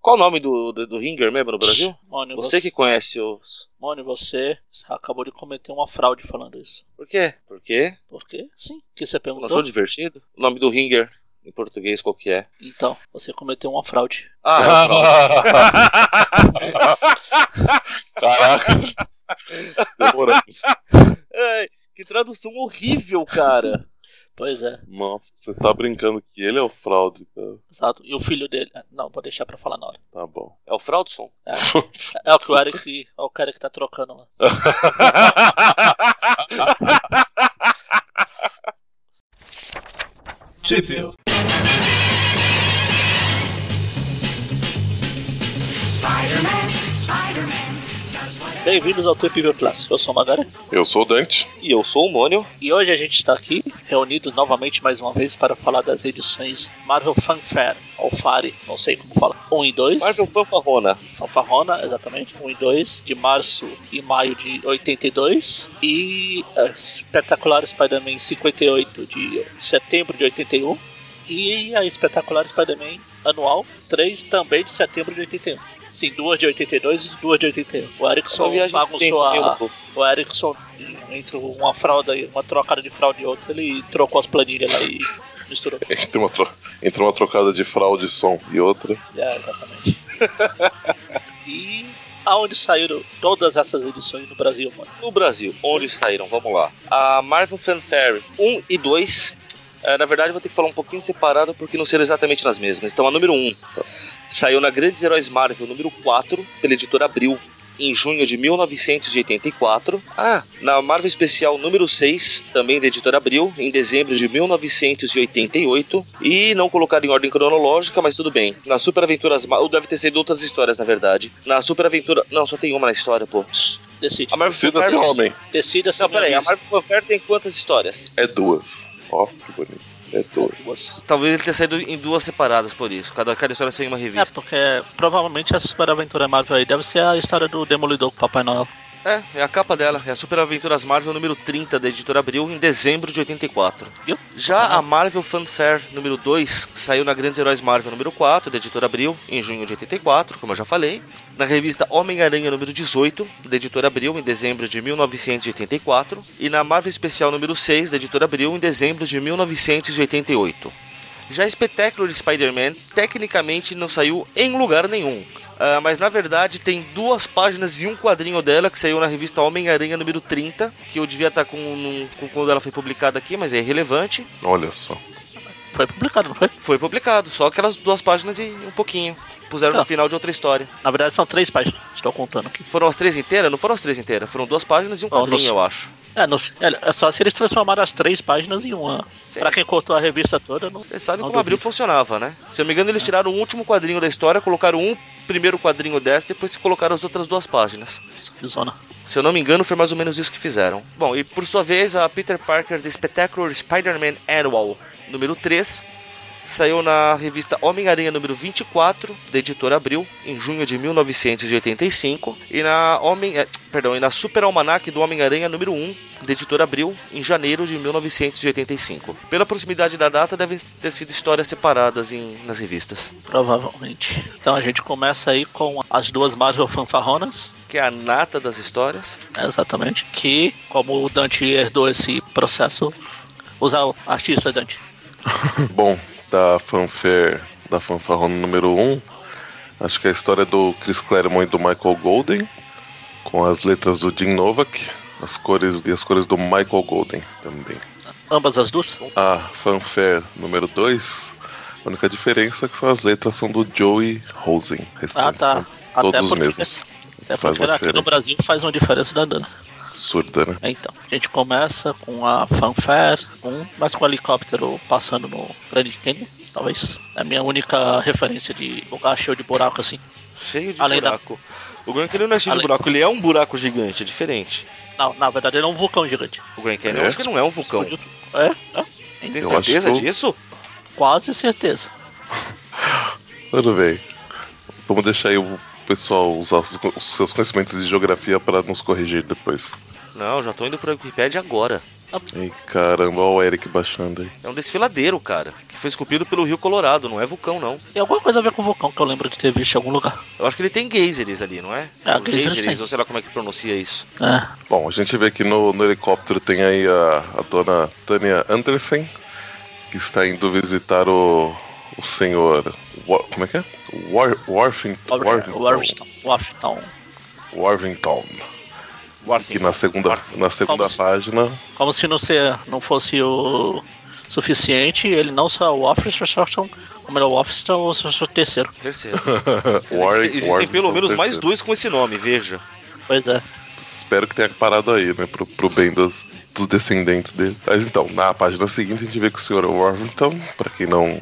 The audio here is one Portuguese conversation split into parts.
Qual o nome do, do, do ringer mesmo no Brasil? Mônio, Você que conhece os. Mônio, você acabou de cometer uma fraude falando isso. Por quê? Por quê? Por quê? Sim. O que você Não perguntou? achou divertido? O nome do ringer em português qual que é? Então, você cometeu uma fraude. Ah, Caraca. Demoramos. ai, que tradução horrível, cara. Pois é, Nossa, você tá brincando que ele é o fraude, cara. exato. E o filho dele. ah, Não, vou deixar pra falar na hora. Tá bom. É o Fraudson? É o que o Eric. É o cara que tá trocando lá. Tipo, Bem-vindos ao Trip View Clássico. Eu sou o Magari. Eu sou o Dante. E eu sou o Mônio. E hoje a gente está aqui, reunidos novamente mais uma vez para falar das edições Marvel Fanfare, ou Fare, não sei como fala. 1 e 2. Marvel Panfarrona. Fanfarrona, exatamente, 1 e 2, de março e maio de 82, e é, Espetacular Spider-Man 58, de setembro de 81, e a Espetacular Spider-Man anual 3, também de setembro de 81. Sim, duas de 82 e duas de 81. O É Erickson uma viagem de tempo, bagunçou viu, a, pô? o Erickson, entre uma fralda e uma trocada de fralda e outra, ele trocou as planilhas lá e misturou. Entre uma, tro... Entre uma trocada de fraude som e outra. É, exatamente. e aonde saíram todas essas edições no Brasil, mano? No Brasil, onde saíram? Vamos lá. A Marvel Fanfare 1 e 2. eh, na verdade, eu vou ter que falar um pouquinho separado porque não serão exatamente nas mesmas. Então, a número 1 saiu na Grandes Heróis Marvel, número 4, pela editora Abril, em junho de 1984. Ah, na Marvel Especial número 6, também da editora Abril, em dezembro de 1988. E não colocaram em ordem cronológica, mas tudo bem. Na Super Aventuras. Ma- Ou deve ter sido outras histórias, na verdade. Na Super Aventura. Não, só tem uma na história, pô. Decide. A Marvel Decida-se, Fanfare- homem. Decida essa não, peraí, a Marvel Fanfare tem quantas histórias? É duas. Ó, que bonito. É duas. Talvez ele tenha saído em duas separadas por isso. Cada, cada história saiu em uma É, revista. porque provavelmente essa Super Aventura Marvel aí deve ser a história do Demolidor com o Papai Noel. É, é a capa dela. É a Super Aventuras Marvel número 30 da editora Abril em dezembro de 84. Viu? Já Uhum. a Marvel Fanfare número 2 saiu na Grandes Heróis Marvel número 4 da editora Abril em junho de 84, como eu já falei. Na revista Homem-Aranha número 18 da editora Abril em dezembro de 1984. E na Marvel Especial número 6 da editora Abril em dezembro de 1988. Já Spectacular Spider-Man tecnicamente não saiu em lugar nenhum. Ah, mas na verdade tem duas páginas e um quadrinho dela que saiu na revista Homem-Aranha número 30, que eu devia estar com, num- com quando ela foi publicada aqui, mas é irrelevante. Olha só. Foi publicado, não foi? Foi publicado, só aquelas duas páginas e um pouquinho. Puseram Ah. no final de outra história. Na verdade são três páginas, estou contando aqui. Foram as três inteiras? Não foram as três inteiras, foram duas páginas e um Não, não quadrinho, sei. eu acho. É, não sei- é, é só se eles transformaram as três páginas em uma. Cê- Pra quem cortou a revista toda, não. Você sabe Não como abriu duvido. funcionava, né? Se eu não me engano, eles tiraram o último quadrinho da história, colocaram um primeiro quadrinho dessa, depois colocaram as outras duas páginas. Que zona. Se eu não me engano, foi mais ou menos isso que fizeram. Bom, e por sua vez, a Peter Parker The Spectacular Spider-Man Annual, número 3, saiu na revista Homem-Aranha número 24, da editora Abril, em junho de 1985, e na Homem, eh, perdão, e na Super Almanac do Homem-Aranha número 1, da editora Abril, em janeiro de 1985. Pela proximidade da data, devem ter sido histórias separadas em, nas revistas. Provavelmente. Então a gente começa aí com as duas Marvel fanfarronas, Que é a nata das histórias. né, exatamente, que, como o Dante herdou esse processo, usar o artista Dante. Bom, da fanfare, da fanfarrona número 1, um, acho que é a história do Chris Claremont e do Michael Golden, com as letras do Jim Novak, as cores e as cores do Michael Golden também. Ambas as duas? A fanfare número 2, a única diferença é que são as letras são do Joey Rosen. Ah, restantes tá. Todos Até os porque, mesmos. Até Faz porque uma aqui no diferença. Brasil faz uma diferença da dana. são absurda, né? Então, a gente começa com a fanfare, um, mas com o helicóptero passando no Grande Canyon, talvez. É a minha única referência de lugar cheio de buraco assim. Cheio de Além da- buraco. O Grand Canyon não é cheio de Além- buraco, ele é um buraco gigante, é diferente. Não, na verdade ele é um vulcão gigante. O Grand Canyon É? eu acho que não é um vulcão. Você É, é, tem Eu certeza acho que eu- disso? quase certeza. Tudo bem. Vamos deixar aí o pessoal usar os os seus conhecimentos de geografia para nos corrigir depois. Não, já tô indo pro Wikipedia agora. Ei, caramba, olha o Eric baixando aí. É um desfiladeiro, cara, que foi esculpido pelo Rio Colorado, não é vulcão, não. Tem alguma coisa a ver com o vulcão que eu lembro de ter visto em algum lugar. Eu acho que ele tem geysers ali, não é? Ah, Ou geysers geysers, tem. ou sei lá como é que pronuncia isso. É. Bom, a gente vê que no, no helicóptero tem aí a, a dona Tânia Andersen, que está indo visitar o, o senhor. War- como é que é? War, Warfington, Warrington. Warrington. Washington. Warvington. Que na segunda, na segunda Vamos. página. Como se não, ser, não fosse o suficiente, ele não só é o Washington, como ele é o Washington, ou se fosse o terceiro. Terceiro. War- Existem- existem pelo Warvington menos mais terceiro. dois com esse nome, veja. Pois é. Espero que tenha parado aí, né? Pro, pro bem dos, dos descendentes dele. Mas então, na página seguinte a gente vê que o senhor Warvington, pra quem não,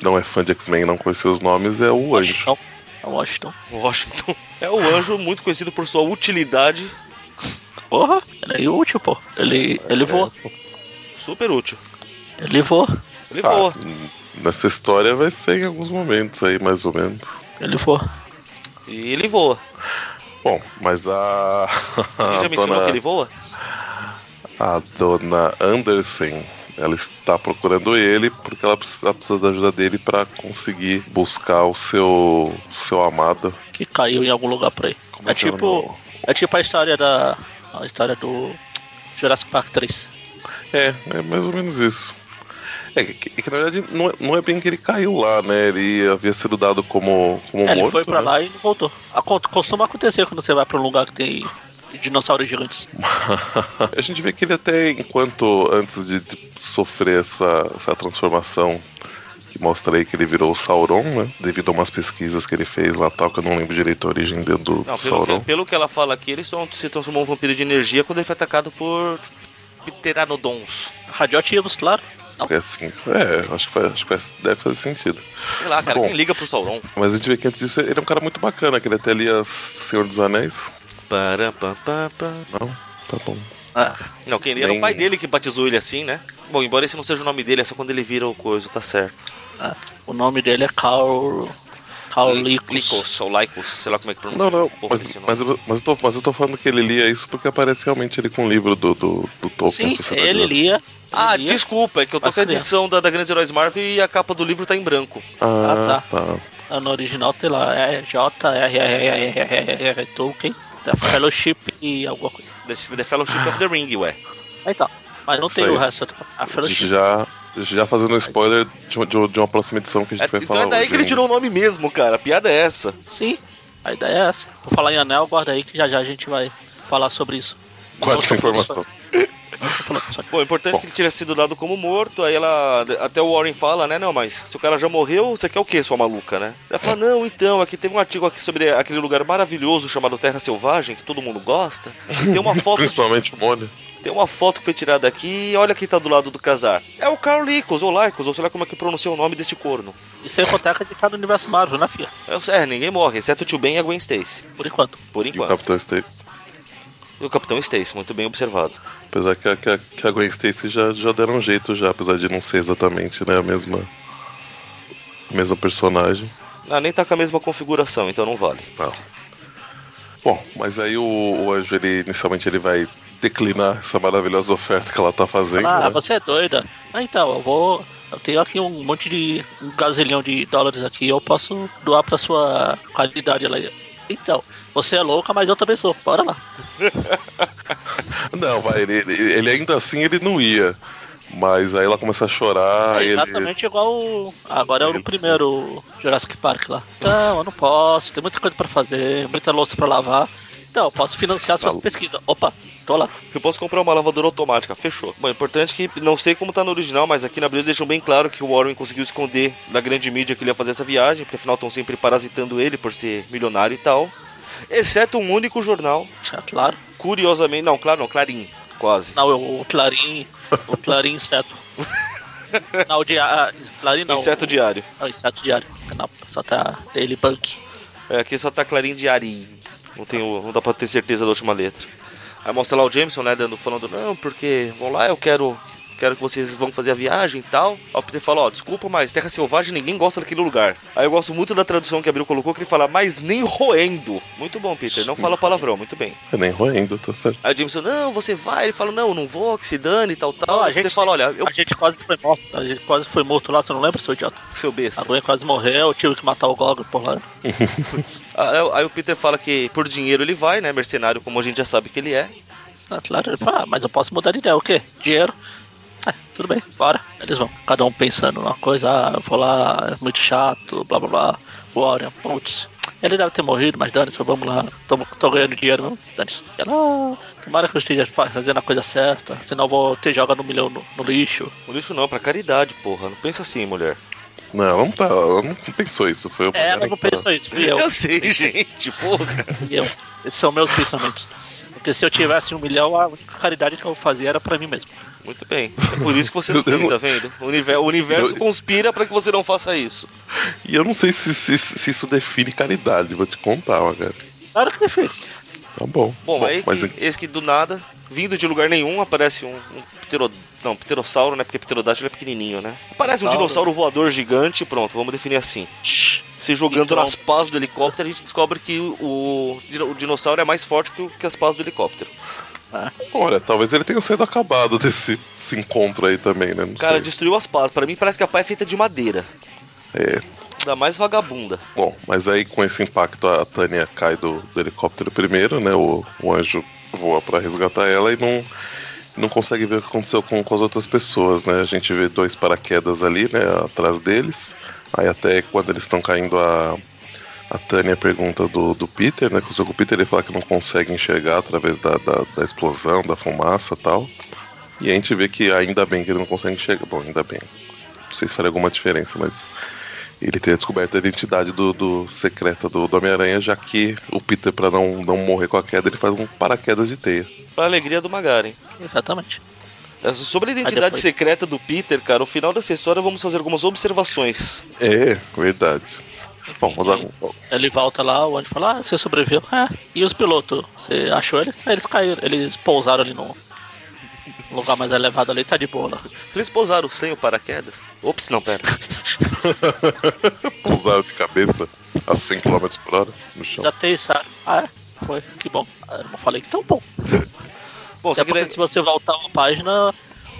não é fã de X-Men e não conheceu os nomes, é o anjo. Washington. É o Washington. Washington. É o anjo muito conhecido por sua utilidade Porra, ele é útil, pô. Ele, É. ele voa. super útil. Ele voa. Ele Ah, voa. n- Nessa história vai ser em alguns momentos aí, mais ou menos. Ele voa. E ele voa. Bom, mas a. A gente a já mencionou dona- que ele voa? A dona Anderson, ela está procurando ele porque ela precisa, ela precisa da ajuda dele para conseguir buscar o seu seu amado. Que caiu em algum lugar por aí. Como É que o tipo. nome? É tipo a história da. A história do. Jurassic Park 3. É, é mais ou menos isso. É que, é que, na verdade não é, não é bem que ele caiu lá, né? Ele havia sido dado como, como É, morto. ele foi pra né? lá e não voltou. Acon- Costuma acontecer quando você vai pra um lugar que tem dinossauros gigantes. A gente vê que ele até, enquanto antes de de sofrer essa, essa transformação que mostra aí que ele virou o Sauron, né? Devido a umas pesquisas que ele fez lá tal, que eu não lembro direito a origem dele do Não, pelo Sauron. que, pelo que ela fala aqui, ele só se transformou em um vampiro de energia quando ele foi atacado por pteranodons. Radioativos, claro. É assim, é, acho que, faz, acho que faz- deve fazer sentido. Sei lá, cara, Bom. quem liga pro Sauron? Mas a gente vê que antes disso ele é um cara muito bacana, que ele até lia Senhor dos Anéis. Param, pam, pam, pam. Tá bom. Ah, Não, quem era Nem- o pai dele que batizou ele assim, né? Bom, embora esse não seja o nome dele, é só quando ele vira o coisa, tá certo. ah. O nome dele é Carl. Carl Licos. Lycos, ou Lycos, sei lá como é que pronuncia Não, não, essa porra mas, desse né? nome. mas, eu- mas, eu tô, mas eu tô falando que ele lia isso porque aparece realmente ele com o livro do, do, do Tolkien. Sim, a Sociedade ele da- lia. ele Ah, lia. desculpa, é que eu tô Mas com a cadê? edição da, da Grandes Heróis Marvel e a capa do livro tá em branco. Ah, Ah, tá. Ah, No original tem lá, é J.R.R.R.R.R. Tolkien, da Fellowship e alguma coisa. The, the Fellowship of the Ring, ué. Aí tá. Mas não Isso tem aí. o resto. A Fellowship. Já, já fazendo um spoiler de, de- de uma próxima edição que a gente É, vai então falar. é daí hoje, que ele hein? tirou o nome mesmo, cara. A piada é essa. Sim, a ideia é essa. Vou falar em anel, guarda aí que já já a gente vai falar sobre isso. Guarda essa Não, só- informação. só- só- só- só- Bom, o importante é que ele tinha sido dado como morto, aí ela. Até o Warren fala, né? Não, mas se o cara já morreu, você quer o quê, sua maluca, né? Ela fala, não, então, aqui teve um artigo aqui sobre aquele lugar maravilhoso chamado Terra Selvagem, que todo mundo gosta. E tem uma foto. Principalmente o Mônio. Tem uma foto que foi tirada aqui e olha quem tá do lado do casar. É o Carl Lycos, ou Lycos, ou sei lá como é que pronuncia o nome deste corno. E sem contar que a gente tá no universo Marvel, né, filha? É, é, ninguém morre, exceto o tio Ben e a Gwen Stacy, Por enquanto. por E o enquanto. Capitão Stacy. E o Capitão Stacy, muito bem observado. Apesar que a, que a, que a Gwen Stacy já, já deram um jeito já, apesar de não ser exatamente né, a mesma. A mesma personagem. Ah, nem tá com a mesma configuração, então não vale. Não. Bom, mas aí o, o anjo, ele inicialmente ele vai declinar essa maravilhosa oferta que ela tá fazendo. Ah, né? você é doida. Ah, então, eu vou. Eu tenho aqui um monte de. um gazelhão de dólares aqui, eu posso doar pra sua qualidade lá. Então, você é louca, mas eu também sou. Bora lá. Não, vai, ele, ele, ele ainda assim ele não ia. Mas aí ela começa a chorar. É ele- exatamente igual o... Agora é o Ele- primeiro Jurassic Park lá. Não, eu não posso, tem muita coisa pra fazer, muita louça pra lavar. Então, eu posso financiar suas Tá. pesquisas. Opa, tô lá. Eu posso comprar uma lavadora automática, fechou. Bom, importante que não sei como tá no original, mas aqui na Brisa deixam bem claro que o Warren conseguiu esconder da grande mídia que ele ia fazer essa viagem, porque afinal estão sempre parasitando ele por ser milionário e tal. Exceto um único jornal, Ah, Claro. curiosamente. Não, claro, não, Clarim, quase. Não, eu- o Clarim. O Clarim inseto. Não, o dia... ah, Clarim não. Inseto diário. É o inseto diário. Não, só tá Daily Bank. É, aqui só tá clarim de Ari. Não, tenho, não dá pra ter certeza da última letra. Aí mostra lá o Jameson, né, dando, falando, não, porque, vão lá, eu quero quero que vocês vão fazer a viagem e tal. Aí o Peter fala, ó, desculpa, mas Terra Selvagem ninguém gosta daquele lugar. Aí eu gosto muito da tradução que a Abril colocou, que ele fala, mas nem roendo. Muito bom, Peter, não fala palavrão, muito bem. É nem roendo, tá certo. Aí o Jameson, não, você vai. Ele fala, não, não vou, que se dane e tal, tal. Não, a Aí o Peter gente- fala, olha, eu... A gente quase foi morto. A gente quase foi morto lá, você não lembra, seu idiota? Seu besta. A Gwen quase morreu, eu tive que matar o Goggle por lá. Aí, aí o Peter fala que por dinheiro ele vai, né? Mercenário, como a gente já sabe que ele é. Ah, claro, ele fala, ah, mas eu posso mudar de ideia, o quê? Dinheiro? Ah, tudo bem, bora. Eles vão, cada um pensando numa coisa, ah, eu vou lá, é muito chato, blá blá blá. O Orion, putz, ele deve ter morrido, mas dane-se, vamos lá, tô, tô ganhando dinheiro, não? dane-se. Ela, ah, tomara que eu esteja fa- fazendo a coisa certa, senão eu vou ter jogado um milhão no, no lixo. O Um lixo não, pra caridade, porra. Não pensa assim, mulher. Não, ela não, tá, ela não pensou isso. Foi o É, ela primeiro não que- pensou isso, fui eu. sei, gente, porra. fui eu. Esses são meus pensamentos. Porque se eu tivesse um milhão, a única caridade que eu fazia era pra mim mesmo. Muito bem. É por isso que você não tem, tá vendo? O universo, o universo conspira pra que você não faça isso. E eu não sei se, se- se isso define caridade, vou te contar, Magari. Claro que foi. Tá bom. Bom, aí mas que, esse que do nada, vindo de lugar nenhum, aparece um, um ptero- não, pterossauro, né? Porque pterodátilo é pequenininho, né? Aparece um Pterossauro. dinossauro voador gigante, pronto, vamos definir assim. se jogando Então- nas pás do helicóptero, a gente descobre que o, o dinossauro é mais forte que, o- que as pás do helicóptero. Olha, talvez ele tenha saído acabado desse, desse encontro aí também, né? Não O cara sei. destruiu as pás. Pra mim parece que a pá é feita de madeira. É. Ainda mais vagabunda. Bom, mas aí com esse impacto a Tânia cai do, do helicóptero primeiro, né? O, o anjo voa pra resgatar ela e não, não consegue ver o que aconteceu com, com as outras pessoas, né? A gente vê dois paraquedas ali, né? Atrás deles. Aí até quando eles estão caindo a. A Tânia pergunta do, do Peter, né? Com o Peter ele fala que não consegue enxergar através da, da, da explosão, da fumaça e tal. E a gente vê que ainda bem que ele não consegue enxergar. Bom, ainda bem. Não sei se faria alguma diferença, mas ele ter descoberto a identidade do, do secreta do, do Homem-Aranha, já que o Peter, pra não, não morrer com a queda, ele faz um paraquedas de teia. Pra alegria do Magaren. Exatamente. É, Sobre a identidade depois- secreta do Peter, cara, no final dessa história vamos fazer algumas observações. É, verdade. Bom, mas a- Ele volta lá, o Andy fala, ah, você sobreviveu. Ah, e os pilotos? Você achou eles? Ah, eles caíram, eles pousaram ali no no lugar mais elevado ali, tá de boa lá. Eles pousaram sem o paraquedas? Ops, não, pera. pousaram de cabeça a 100 km por hora no chão. Já tem sabe? Ah, é? Foi, que bom. Ah, Eu não falei que tão bom. Bom, Até só que porque daí- se você voltar uma página,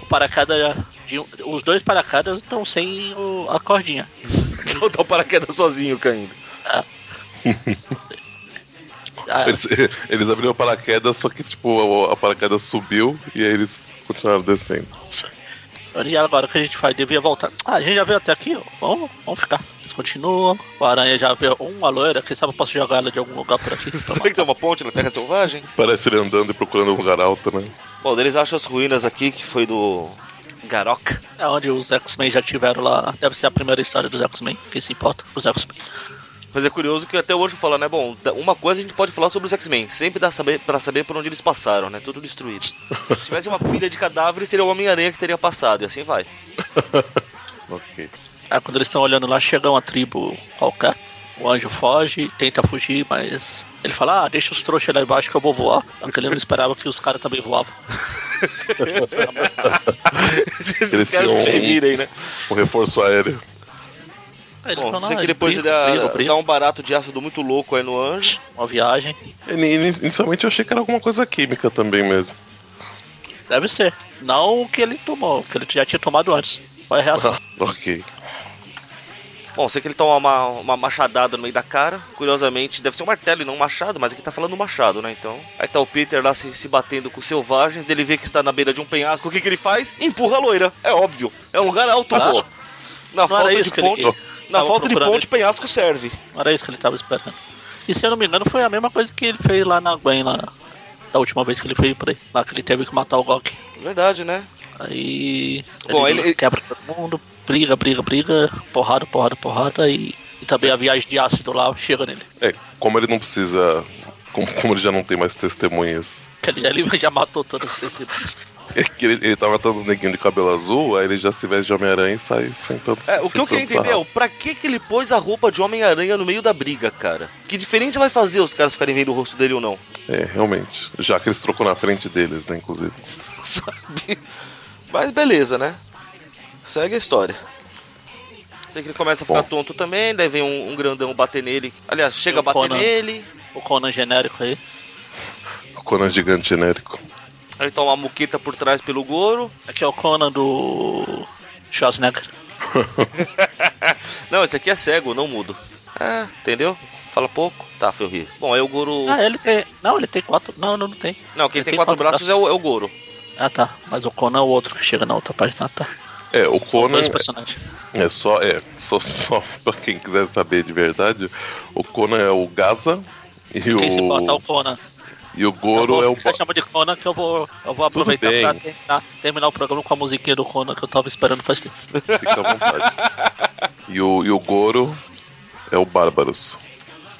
o paraquedas. de um- os dois paraquedas estão sem o- a cordinha. não tá o paraquedas sozinho caindo. Ah, Eles, eles abriram o paraquedas, só que tipo, a, a paraquedas subiu e aí eles continuaram descendo. E agora o que a gente faz? Devia voltar. Ah, a gente já veio até aqui, ó. Vamos, vamos ficar. Eles continuam. O aranha já veio uma loira. Quem sabe eu posso jogar ela de algum lugar por aqui. Então, Será que tem uma ponte na Terra Selvagem? Parece ele andando e procurando um lugar alto, né? Bom, daí eles acham as ruínas aqui, que foi do... Garoca. É onde os X-Men já tiveram lá. Deve ser a primeira história dos X-Men. Quem se importa? Os X-Men. Mas é curioso que até hoje fala, né? Bom, da- uma coisa a gente pode falar sobre os X-Men. Sempre dá saber, pra saber por onde eles passaram, né? Tudo destruído. Se tivesse uma pilha de cadáveres, seria o Homem-Aranha que teria passado. E assim vai. Ok. Aí quando eles estão olhando lá, chega uma tribo qualquer. O anjo foge, tenta fugir, mas ele fala: Ah, deixa os trouxas lá embaixo que eu vou voar. Aquele não esperava que os caras também voavam. Esses Eles caras tinham que se um- virem, né? O reforço aéreo. Aí ele Bom, fala, não sei "Ah, que depois ele briga, briga, dá, briga, dá um barato de ácido muito louco aí no anjo. uma viagem. Ini- ini- Inicialmente eu achei que era alguma coisa química também mesmo. Deve ser. Não o que ele tomou, o que ele já tinha tomado antes. Qual é a reação? ok. Bom, sei que ele toma uma, uma machadada no meio da cara. Curiosamente, deve ser um martelo e não um machado, mas aqui tá falando um machado, né? Então. Aí tá o Peter lá se, se batendo com os selvagens. Dele vê que está na beira de um penhasco. O que, que ele faz? Empurra a loira. É óbvio. É um lugar alto, Ah, pô. Na não era falta de isso que ele- ponte. Na tava falta de procurando ponte, penhasco serve. Não era isso que ele tava esperando. E se eu não me engano, foi a mesma coisa que ele fez lá na Gwen, lá. Da última vez que ele foi por aí. Lá que ele teve que matar o Gok. Verdade, né? Aí. Bom, ele- quebra todo mundo, briga, briga, briga, porrada, porrada, porrada e. E também a viagem de ácido lá chega nele. É, como ele não precisa. Como, como ele já não tem mais testemunhas. Que Ele já, ele já matou todos esses. É que ele, ele tá matando os neguinhos de cabelo azul, aí ele já se veste de Homem-Aranha e sai sentando. É, o que eu queria entender é o entendeu? pra que, que ele pôs a roupa de Homem-Aranha no meio da briga, cara? Que diferença vai fazer os caras ficarem vendo o rosto dele ou não? É, realmente. Já que eles trocou na frente deles, né, inclusive. Sabe? Mas beleza, né? Segue a história. Sei que ele começa a ficar Bom. tonto também, daí vem um, um grandão bater nele. Aliás, chega E a o bater Conan? nele, O Conan genérico aí. O Conan gigante genérico. aí ele toma uma muqueta por trás pelo Goro. Aqui é o Conan do Schwarzenegger. Não, esse aqui é cego, não mudo. É, entendeu? Fala pouco. Tá, foi horrível. Bom, aí o Goro. Ah, ele tem. Não, ele tem quatro. Não, não, não tem. Não, quem ele tem quatro braços é o, é o Goro. Ah, tá. Mas o Conan é o outro que chega na outra página, Ah, tá? É, o Conan Dois personagens. é só. É, só, só pra quem quiser saber de verdade, o Conan é o Gaza e Quem se botar o. o Conan. E o Eu Goro vou, é o. se você Ba- chama de Conan que eu vou, eu vou aproveitar bem. pra terminar, terminar o programa com a musiquinha do Conan que eu tava esperando faz tempo. Fica à vontade. E o, e o Goro é o Bárbaros.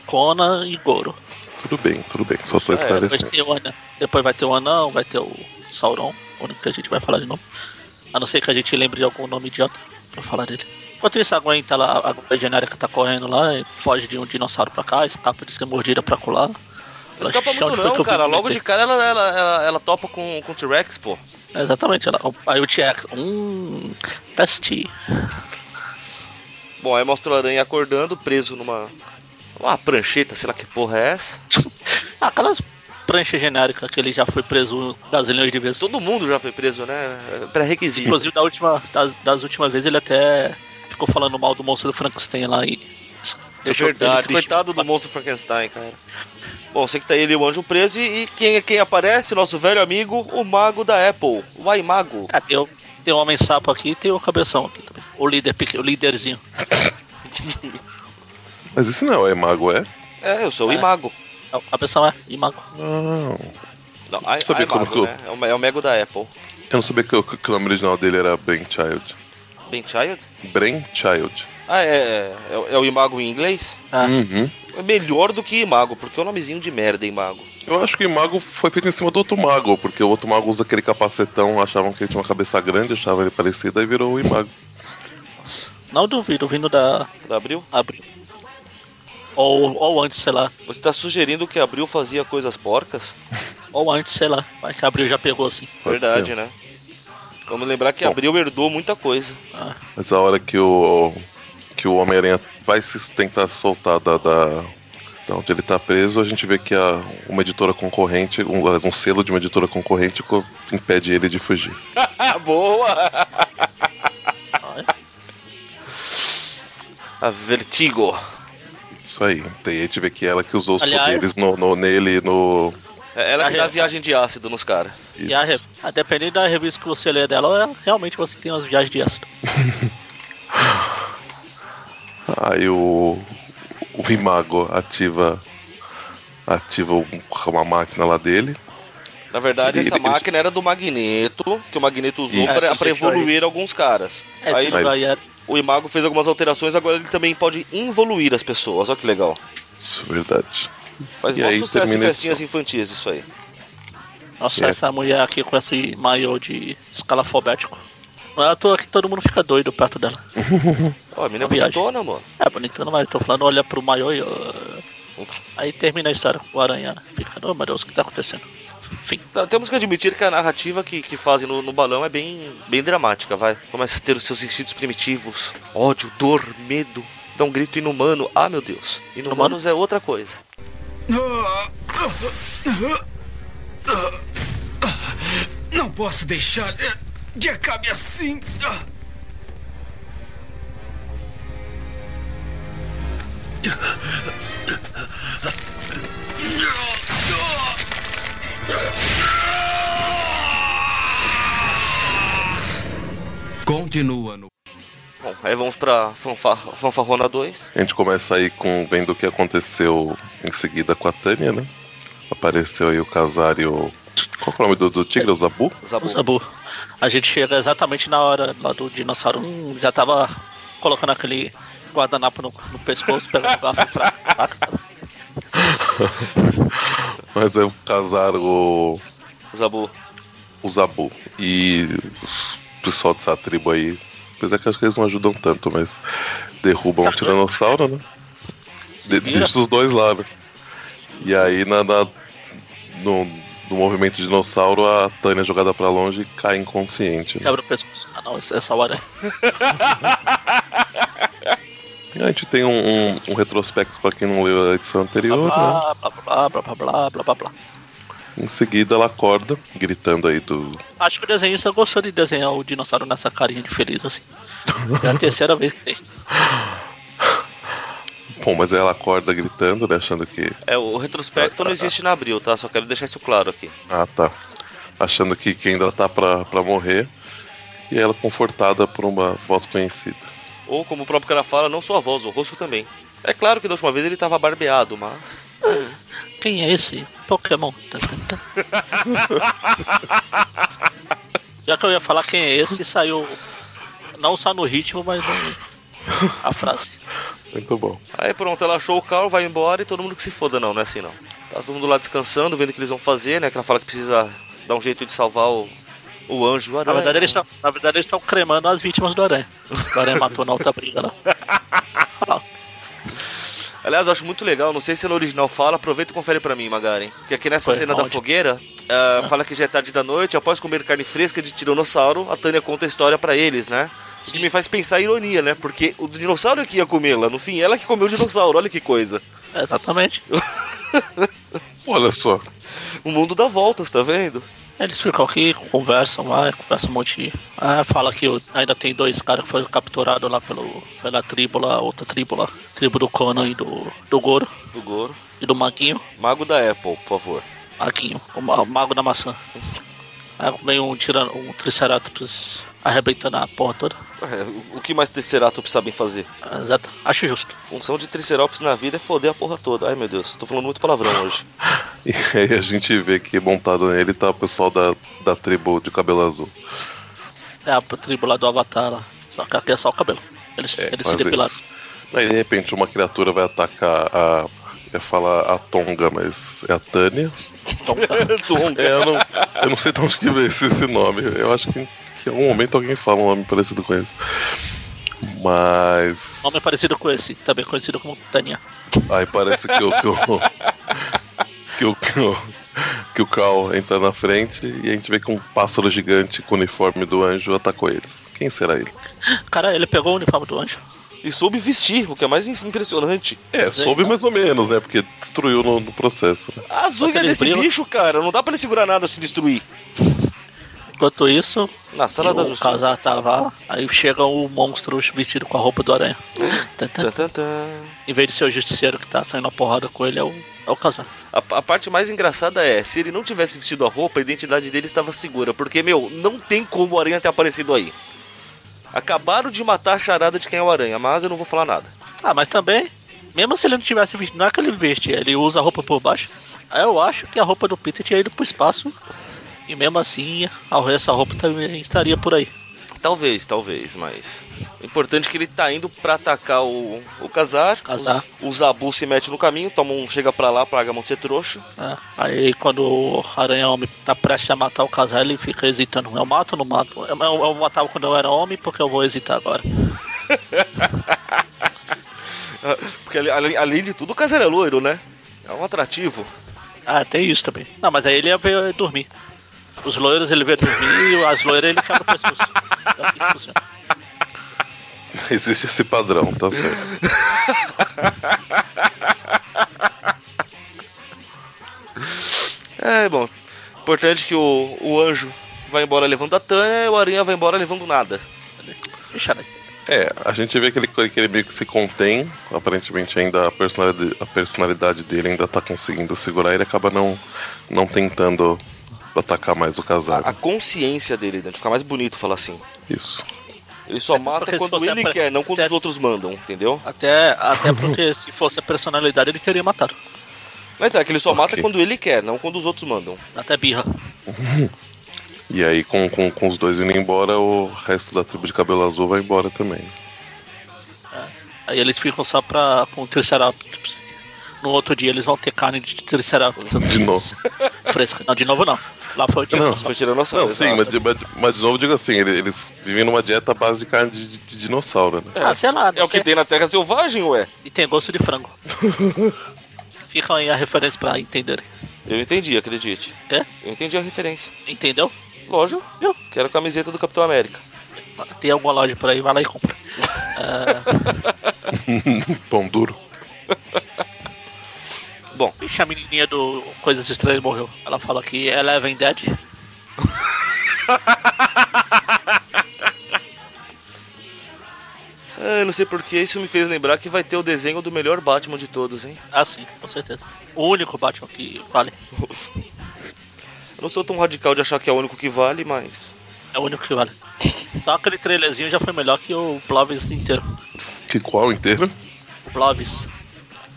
Conan e Goro. Tudo bem, tudo bem, só É, tô Já era, Depois, esclarecendo. tem o anão. Depois vai ter o Anão, vai ter o Sauron, o único que a gente vai falar de nome. A não ser que a gente lembre de algum nome idiota pra falar dele. Enquanto isso, a Gwen tá lá, a Gwen genérica tá correndo lá, e foge de um dinossauro pra cá, escapa de ser mordida pra colar. Não escapa muito, não, cara. Logo de cara ela, ela, ela, ela topa com com o T-Rex, pô. Exatamente, ela, aí o T-Rex, hum, teste. Bom, aí mostra o aranha acordando, preso numa. Uma prancheta, sei lá que porra é essa. Ah, Aquelas pranchas genéricas que ele já foi preso gazilhões de vezes. Todo mundo já foi preso, né? É Pré-requisito. Inclusive, da última, das, das últimas vezes, ele até ficou falando mal do monstro do Frankenstein lá e. É deixou ele verdade, triste. coitado do monstro Frankenstein, cara. Bom, sei que tá ele e o anjo preso, e, e quem, quem aparece? Nosso velho amigo, o mago da Apple, o Aimago. Ah, tem, o- tem o Homem Sapo aqui e tem o Cabeção aqui também. O líder, pequ- o líderzinho. Mas isso não é mago, é? É, eu sou o É. Imago. Não, cabeção é Imago. Não. Não, Ai- Sabe como Aimago, que eu- né? É o, é o Mego da Apple. Eu não sabia que o, que o nome original dele era Brain Child. Ben Child? Brain Child. Ah, é, é, é o- é o Imago em inglês? Ah. Uhum. É melhor do que Imago, porque é um nomezinho de merda, Imago. Eu acho que o mago foi feito em cima do outro mago, porque o outro mago usa aquele capacetão, achavam que ele tinha uma cabeça grande, achavam ele parecido, aí virou o imago. Não duvido, vindo da Da Abril? Abril. Ou, ou antes, sei lá. Você tá sugerindo que Abril fazia coisas porcas? Ou antes, sei lá. Mas que Abril já pegou assim. Pode Verdade, ser. né? Vamos lembrar que Bom. Abril herdou muita coisa. Ah, Mas a hora que o que o Homem-Aranha vai se tentar soltar da, da, da onde ele tá preso, a gente vê que a, uma editora concorrente, um, aliás, um selo de uma editora concorrente co- impede ele de fugir. Boa! ah, é. A Vertigo. Isso aí. Daí a gente vê que é ela que usou os Aliás- poderes no, no- nele e no. É ela que A dá re- viagem de ácido nos caras. E a, re- Isso. a dependendo da revista que você lê dela, é- realmente você tem umas viagens de ácido. Aí o. O Imago ativa. Ativa um- uma máquina lá dele. Na verdade, Ele- essa ele- máquina era do Magneto, que o Magneto usou Isso. pra, Isso, pra isso aí. evoluir alguns caras. É, Aí esse vai- lugar aí é o Imago fez algumas alterações, agora ele também pode involuir as pessoas. Olha que legal. Isso, é verdade. Faz E maior aí sucesso em termina a festinhas infantis isso aí. Nossa, É. essa mulher aqui com esse maiô de escalafobético. Não é à toa que todo mundo fica doido perto dela. Ó, a menina é Uma viagem. bonitona, mano. É bonitona, mas tô falando, olha pro maiô e. ó. Aí termina a história. O aranha fica, oh meu Deus, o que tá acontecendo? Enfim. Tá, Temos que admitir que a narrativa que, que fazem no, no balão é bem, bem dramática, vai. Começa a ter os seus instintos primitivos. Ódio, dor, medo. Dá um grito inumano. Ah, meu Deus. Inumanos é outra coisa. Não posso deixar eh, que acabe assim. Ah. Continua no Bom, aí vamos pra fanfarra, Fanfarrona 2. A gente começa aí com vendo o que aconteceu em seguida com a Tânia, né? Apareceu aí o Casário. Qual que é o nome do, do tigre? O Zabu? Zabu. O Sabu. A gente chega exatamente na hora lá do dinossauro. Hum, já tava colocando aquele guardanapo no, no pescoço, pegando o garfo fraco. sabe? Mas é o Casário, o Zabu. o Zabu. E o pessoal dessa tribo aí. Apesar que eu acho que eles não ajudam tanto, mas derrubam o tiranossauro, né? é Se De, vira. deixa os dois lá, né? E aí na, na- no, do movimento dinossauro, a Tânia é jogada pra longe e cai inconsciente. né? Quebra o pescoço. Ah, não, essa essa hora é. A gente tem um, um- um retrospecto pra quem não leu a edição anterior. né? Blá, blá, blá, blá, blá, blá, blá, blá, blá. Em seguida ela acorda, gritando aí do. Acho que o desenhista gostou de desenhar o dinossauro nessa carinha de feliz, assim. É a terceira vez que tem. Bom, mas ela acorda gritando, né? Achando que. É, o retrospecto não existe na Abril, tá? Só quero deixar isso claro aqui. Ah tá. Achando que, que ainda tá pra, pra morrer. E ela confortada por uma voz conhecida. Ou, como o próprio cara fala, não só a voz, o rosto também. É claro que da última vez ele tava barbeado, mas. Quem é esse? Pokémon. Tá, tá, tá. Já que eu ia falar quem é esse, saiu não só no ritmo, mas no- a frase. Muito bom. Aí pronto, ela achou o carro, vai embora e todo mundo que se foda, não, não é assim não. Tá todo mundo lá descansando, vendo o que eles vão fazer, né? Que ela fala que precisa dar um jeito de salvar o, o anjo, Ah, é. o Na aranha. verdade, eles estão, na verdade, eles estão cremando as vítimas do Aranha. O Aranha matou na outra briga lá. Aliás, eu acho muito legal, não sei se no original fala, aproveita e confere pra mim, Magaren. Que aqui nessa Foi, cena da aonde? fogueira, ah, fala que já é tarde da noite, após comer carne fresca de tiranossauro, a Tânia conta a história pra eles, né? E me faz pensar a ironia, né? Porque o dinossauro que ia comê-la, no fim, ela que comeu o dinossauro, olha que coisa. É, exatamente. Olha só. O mundo dá voltas, tá vendo? Eles ficam aqui, conversam lá, conversam um monte. Ah, fala que o- ainda tem dois caras que foram capturados lá pelo, pela tribo lá, outra tribo lá. Tribo do Conan e do, do Goro Do Goro. e do Maguinho. Mago da Apple, por favor. Maguinho, o, ma- o mago da maçã. Aí vem um, tirano, um triceratops arrebentando a porra toda. É, o- o que mais Triceratops sabem fazer? Ah, Exato, acho justo. Função de Triceratops na vida é foder a porra toda. Ai meu Deus, tô falando muito palavrão hoje. E aí a gente vê que montado nele tá o pessoal da, da tribo de cabelo azul. É a tribo lá do Avatar lá. Só que aqui é só o cabelo. Eles, eles se Mas depilaram. eles- É, Aí de repente uma criatura vai atacar a. Ia falar a Tonga, mas é a Tânia. Então, cara, Tonga. É, eu não, eu não sei de onde que veio esse, esse nome. Eu acho que, que em algum momento alguém fala um nome parecido com esse. Mas. o nome é parecido com esse, também conhecido como Tânia. Aí parece que o. Que o, que o, que o, que o Carl entra na frente e a gente vê que um pássaro gigante com o uniforme do anjo atacou eles. Quem será ele? Cara, ele pegou o uniforme do anjo. E soube vestir, o que é mais impressionante. É, soube mais ou menos, né? Porque destruiu no, no processo. né? A zuga Aquele desse brilho. bicho, cara, não dá pra ele segurar nada se destruir. Enquanto isso, Na sala da o justiça. casal tava lá, aí chega o monstro vestido com a roupa do aranha. Tá, tá. Tan, tan, tan. Em vez de ser o justiceiro que tá saindo a porrada com ele, é o, é o casal. A, a parte mais engraçada é, se ele não tivesse vestido a roupa, a identidade dele estava segura. Porque, meu, não tem como o Aranha ter aparecido aí. Acabaram de matar a charada de quem é o Aranha, mas eu não vou falar nada. Ah, mas também, mesmo se ele não tivesse visto, não é que ele veste, ele usa a roupa por baixo. Aí eu acho que a roupa do Peter tinha ido pro espaço. E mesmo assim, a- essa roupa também estaria por aí. Talvez, talvez, mas. O importante é que ele tá indo pra atacar o, o Kazar. Kazar. Os- O Zabu se mete no caminho, toma um, chega pra lá, pra Agamon ser trouxa. né? Aí quando o Aranha Homem tá prestes a matar o casal, ele fica hesitando. Eu mato ou não mato? Eu, eu, eu matava quando eu era homem, porque eu vou hesitar agora. Ah, Porque ale- ale- além de tudo, o Kazar é loiro, né? É um atrativo. Ah, tem isso também. Não, mas aí ele ia ver dormir. Os loiros ele vê dormir e as loiras ele quebra o pescoço. É assim que funciona. Existe esse padrão, tá certo. É, bom. Importante que o, o anjo vai embora levando a Tânia e o Aranha vai embora levando nada. Deixa né? aí. É, a gente vê que ele, que ele meio que se contém. Aparentemente ainda a personalidade, a personalidade dele ainda tá conseguindo segurar. Ele acaba não, não tentando atacar mais o A, a casaco. consciência dele, né? Fica mais bonito falar assim. Isso. Ele só mata porque se quando você ele apre- quer, não quando os tivesse- outros mandam, entendeu? Até, até porque se fosse a personalidade ele teria matado. Mas então, é que ele só mata Ok. quando ele quer, não quando os outros mandam. Até birra. E aí, com, com, com os dois indo embora, o resto da tribo de cabelo azul vai embora também. Aí eles ficam só pra, com o Triceratops. No outro dia eles vão ter carne de Triceratops. Assim, De novo. Fresca. Não, de novo não. Lá foi o Não, Foi Dinossauro. tiranossauro. Não, sim, exato. mas, de- mas, de- mas de novo digo assim, ele- eles vivem numa dieta à base de carne de, de- de dinossauro, né? Ah, sei lá. não É o que sei. tem na Terra Selvagem, ué. E tem gosto de frango. Fica aí a referência pra entenderem. Eu entendi, acredite. Quê? Eu entendi a referência. Entendeu? Lógico, Eu. quero a camiseta do Capitão América. Tem alguma loja por aí, vai lá e compra. Pão duro. Bom, Ixi, a menininha do Coisas Estranhas morreu. Ela fala que Eleven Dead. ah, não sei porque isso me fez lembrar que vai ter o desenho do melhor Batman de todos, hein? Ah, sim, com certeza. O único Batman que vale. Eu não sou tão radical de achar que é o único que vale, mas. É o único que vale. Só aquele trailerzinho já foi melhor que o Blovis inteiro. Que qual inteiro? Blovis.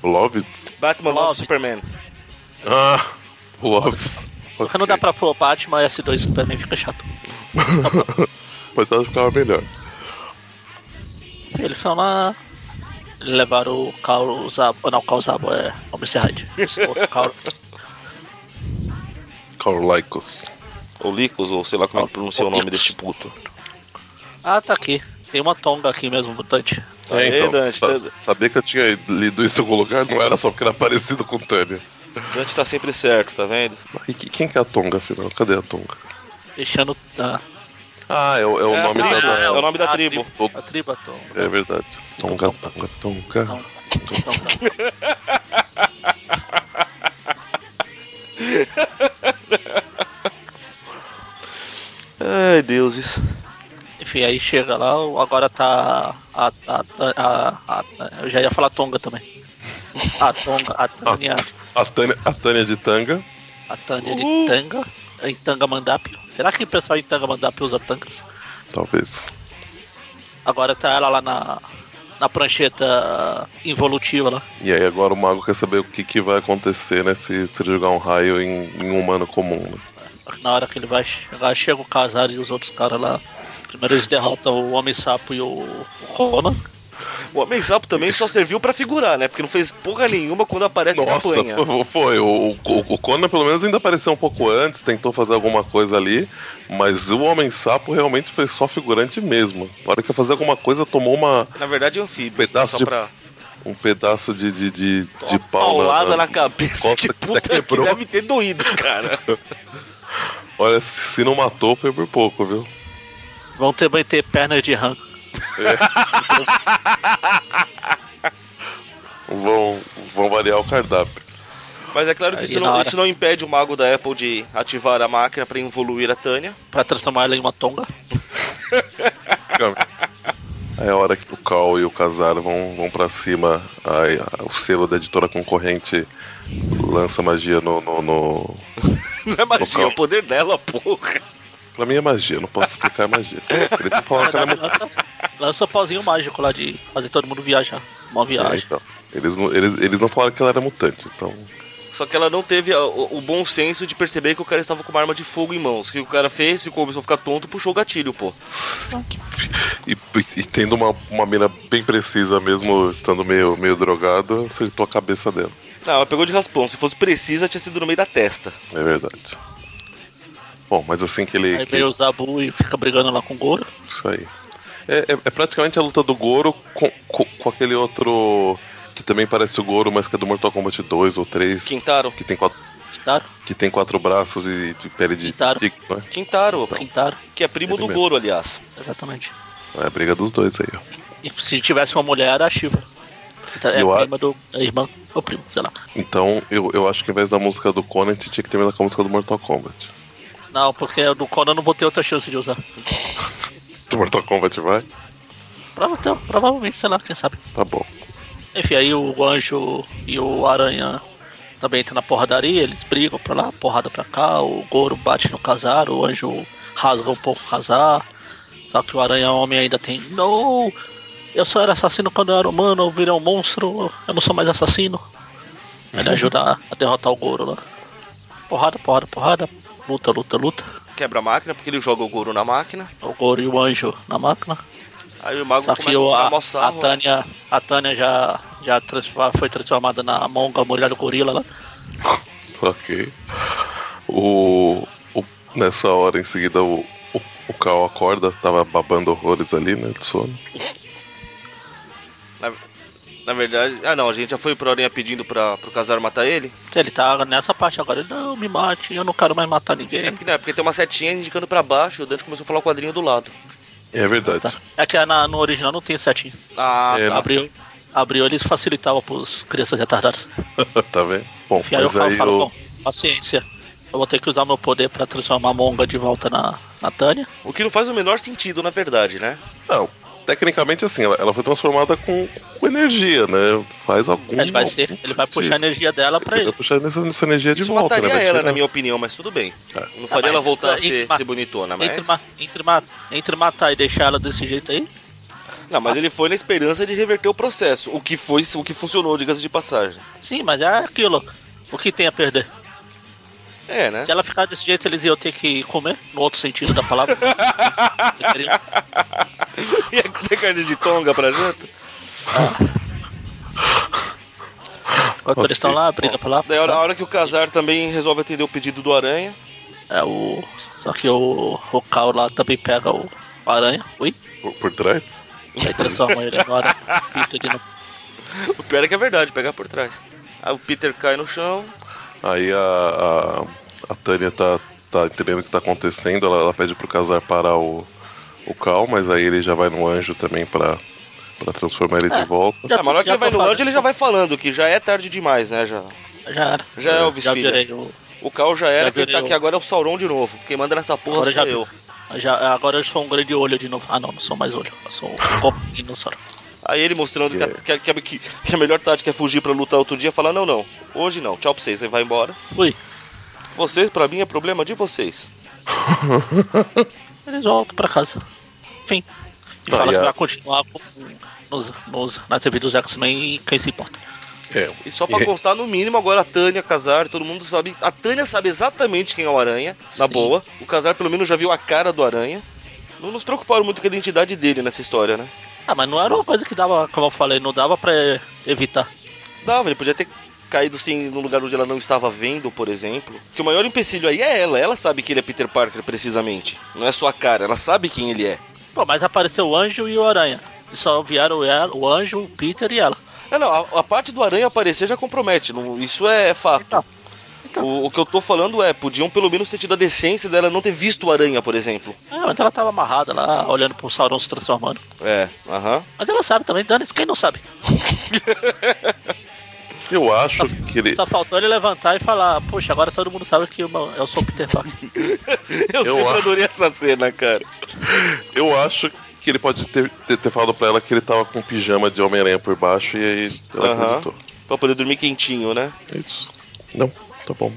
Loves? Batman Love. Love Superman. Ah, Loves. Porque Ah, não dá pra pôr Batman S2 Superman, fica chato. Mas ela ficava melhor. Eles foram lá. Levaram o Carl Zabo. Não, o Carl Zabo é o Mr. Hyde. Esse outro Carl- Carlycos. Ou Licos, ou sei lá como é que pronuncia o nome deste puto. Ah, tá aqui. Tem uma tonga aqui mesmo, mutante. Aê, Dante, Então, sa- tá- sabia que eu tinha lido isso em algum lugar, não era só porque era parecido com o Tânia. Dante tá sempre certo, tá vendo? E que- quem que é a Tonga, afinal? Cadê a Tonga? Deixando. Ah, Ah, é, o- é o É a nome tribo, da. é o nome da tribo. A tribo, a tonga. É verdade. Tonga, Tonga, Tonga. Tonga. Tonga. Ai, deuses. Enfim, aí chega lá, o- agora tá. A, a, a, a- eu já ia falar Tonga também. A Tonga, a Tânia, A Tânia, a Tânia de Tanga. a Tânia de Tanga, em Tanga Mandap. Será que o pessoal em Tanga Mandap usa tangas? Talvez. Agora tá ela lá na, na prancheta involutiva lá. E aí agora o mago quer saber o que, que vai acontecer, né? Se, se ele jogar um raio em, em um humano comum, né? Na hora que ele vai chegar, chega o Casar e os outros caras lá. Primeiro eles derrotam o Homem Sapo e o o Conan. O Homem Sapo também só serviu pra figurar, né? Porque não fez porra nenhuma quando aparece na Nossa, campanha. foi, foi. O, o, o Conan pelo menos ainda apareceu um pouco antes, tentou fazer alguma coisa ali, mas o Homem Sapo realmente foi só figurante mesmo. Na hora que ia fazer alguma coisa, tomou uma, Na verdade, é anfíbio. Pedaço só de- pra um pedaço de, de, de, de uma pau na- paulada na- na cabeça. costa Que que puta que, quebrou. deve ter doído, cara. Olha, se não matou, foi por pouco, viu? Vão também ter pernas de rã. Vão, vão variar o cardápio. Mas é claro que Aí isso na não, hora. isso não impede o mago da Apple de ativar a máquina pra evoluir a Tânia. Pra transformar ela em uma tonga. Aí É a hora que o Cal e o Casar vão, vão pra cima. Aí, a- o selo da editora concorrente lança magia no, no, no. Não é magia, é o poder dela, porra. Pra mim é magia, não posso explicar é magia. Ele tá falando que ela é muito lança, lança o pauzinho mágico lá de fazer todo mundo viajar. Uma É, viagem. então. Eles não, eles, eles não falaram que ela era mutante, então. Só que ela não teve a- o, o bom senso de perceber que o cara estava com uma arma de fogo em mãos. O que o cara fez? Ficou o Wilson ficar tonto, puxou o gatilho, pô. E, e tendo uma, uma mira bem precisa, mesmo estando meio, meio drogado, acertou a cabeça dela. Não, ela pegou de raspão. Se fosse precisa, tinha sido no meio da testa. É verdade. Bom, mas assim que ele. Aí que- veio o Zabu e fica brigando lá com o Goro. Isso aí. É, é- é praticamente a luta do Goro com, com, com aquele outro. Que também parece o Goro, mas que é do Mortal Kombat 2 ou 3. Quintaro. Que tem quatro, Quintaram, que tem quatro braços e de pele de Quintaro. tigre, né? Quintaro, quintaram, que é primo Ele do mesmo. Goro, aliás. exatamente. É a briga dos dois aí, ó. E se tivesse uma mulher, era a Shiva. Então, É Eu a a- prima do. É irmã ou primo, sei lá. Então, eu, eu acho que ao invés da música do Conan, a gente tinha que terminar com a música do Mortal Kombat. Não, porque eu do Conan eu não vou ter outra chance de usar. Do Mortal Kombat vai? Prova- então, provavelmente, sei lá, quem sabe. Tá bom. Enfim, aí o anjo e o aranha também entram na porradaria, eles brigam pra lá, porrada pra cá, o Goro bate no casar, o anjo rasga um pouco o casar. Só que o aranha homem ainda tem. Não! Eu só era assassino quando eu era humano, eu virei um monstro, eu não sou mais assassino. Ele ajuda a- a derrotar o Goro lá. Porrada, porrada, porrada. Luta, luta, luta. Quebra a máquina, porque ele joga o Goro na máquina. O Goro e o anjo na máquina. Aí o mago Só começa que a né? o, tirar a, mó a sarro. Tânia, a Tânia já, já transfa- foi transformada na monga, mulher do gorila lá. Ok. O, o- nessa hora, em seguida, o, o, o Cal acorda, tava babando horrores ali, né, de sono. Na- Na verdade, ah não, a gente já foi pro Aranha pedindo pra, pro Casar matar ele. Porque Ele tá nessa parte agora. Ele, não, me mate, eu não quero mais matar É ninguém. porque, não, é porque tem uma setinha indicando pra baixo e o Dante começou a falar o quadrinho do lado. É verdade. Tá. É que na- no original não tem setinha. Ah, É, tá. Abriu, abriu eles facilitavam pros crianças retardadas. tá vendo? Bom, E aí eu mas falo, aí falo, o. bom, paciência. Eu vou ter que usar meu poder pra transformar a Monga de volta na, na Tânia. O que não faz o menor sentido, na verdade, né? Não, tecnicamente assim, ela, ela foi transformada com, com energia, né? Faz algum. Ele vai ser, ele vai puxar a energia dela pra Ele ele. vai puxar nessa, nessa energia de Isso volta, né? mataria Vai ela, tirar- na minha opinião, mas tudo bem. Tá. Não faria Ah, mas ela voltar a entre- ser, entre- ser bonitona, mas... Entre, ma- entre, ma- entre matar e deixar ela desse jeito aí, Não, mas ele foi na esperança de reverter o processo, o que foi, o que funcionou, diga-se de passagem. sim, mas é aquilo. O que tem a perder? É, né? Se ela ficar desse jeito, eles iam ter que comer, no outro sentido da palavra. Ia ter carne de tonga pra janta. Enquanto eles estão lá, briga pra lá. Daí a hora, a hora que o Casar também resolve atender o pedido do Aranha. É o. Só que o, o Cal lá também pega o o aranha, ui, Por, por trás? e aí transforma ele agora. Pita de novo. O pior é que é verdade, pegar por trás. Aí o Peter cai no chão. Aí a, a, a Tânia tá, tá entendendo o que tá acontecendo, ela, ela pede pro casar parar o, o Cal, mas aí ele já vai no anjo também pra, pra transformar ele de volta. Já Ah, mas na hora que já tá ele vai tô no falando. anjo, ele já vai falando que já é tarde demais, né? Já, Já era. já é Elvis Já Filha. virei o. O Cal já era, Já quem tá virei aqui o- agora é o Sauron de novo. Quem manda nessa porra Agora sou já- eu. Já, agora eu sou um grande olho de novo. Ah não, não sou mais olho. Eu sou um corpo de dinossauro. Aí ele mostrando que a- Yeah. que, a, que, a, que- que a melhor tática é fugir pra lutar outro dia, falar, não, não, hoje não, tchau pra vocês, aí vai embora. Ui, Vocês, pra mim, é problema de vocês. eles voltam pra casa. Enfim. E Tá, fala e que a- vai continuar com, nos, nos, na TV dos X-Men e quem se importa. É, E só pra constar, no mínimo, agora a Tânia, Casar, todo mundo sabe. A Tânia sabe exatamente quem é o Aranha, na Sim. boa. O Casar, pelo menos, já viu a cara do Aranha. Não nos preocuparam muito com a identidade dele nessa história, né? Ah, mas não era uma coisa que dava, como eu falei, não dava pra evitar. Dava, ele podia ter caído sim num lugar onde ela não estava vendo, por exemplo. Que o maior empecilho aí é ela. Ela sabe que ele é Peter Parker, precisamente. Não é só a cara, ela sabe quem ele é. Pô, mas apareceu o anjo e o aranha. E só vieram ela- o anjo, o Peter e ela. Não, não, a, a parte do Aranha aparecer já compromete, não- isso é, é fato. Então, O, o que eu tô falando é, podiam pelo menos ter tido a decência dela não ter visto o Aranha, por exemplo. Ah, mas ela tava amarrada lá, olhando pro Sauron se transformando. É, aham. Mas ela sabe também, dane-se, quem não sabe? eu acho que ele. Só faltou ele levantar e falar, poxa, agora todo mundo sabe que eu não- eu sou o Peter Parker. Eu, Eu sempre acho. adorei essa cena, cara. Eu acho que ele pode ter, ter, ter falado pra ela que ele tava com pijama de Homem-Aranha por baixo e aí ela Aham. perguntou. Pra poder dormir quentinho, né? É isso. Não, tá bom.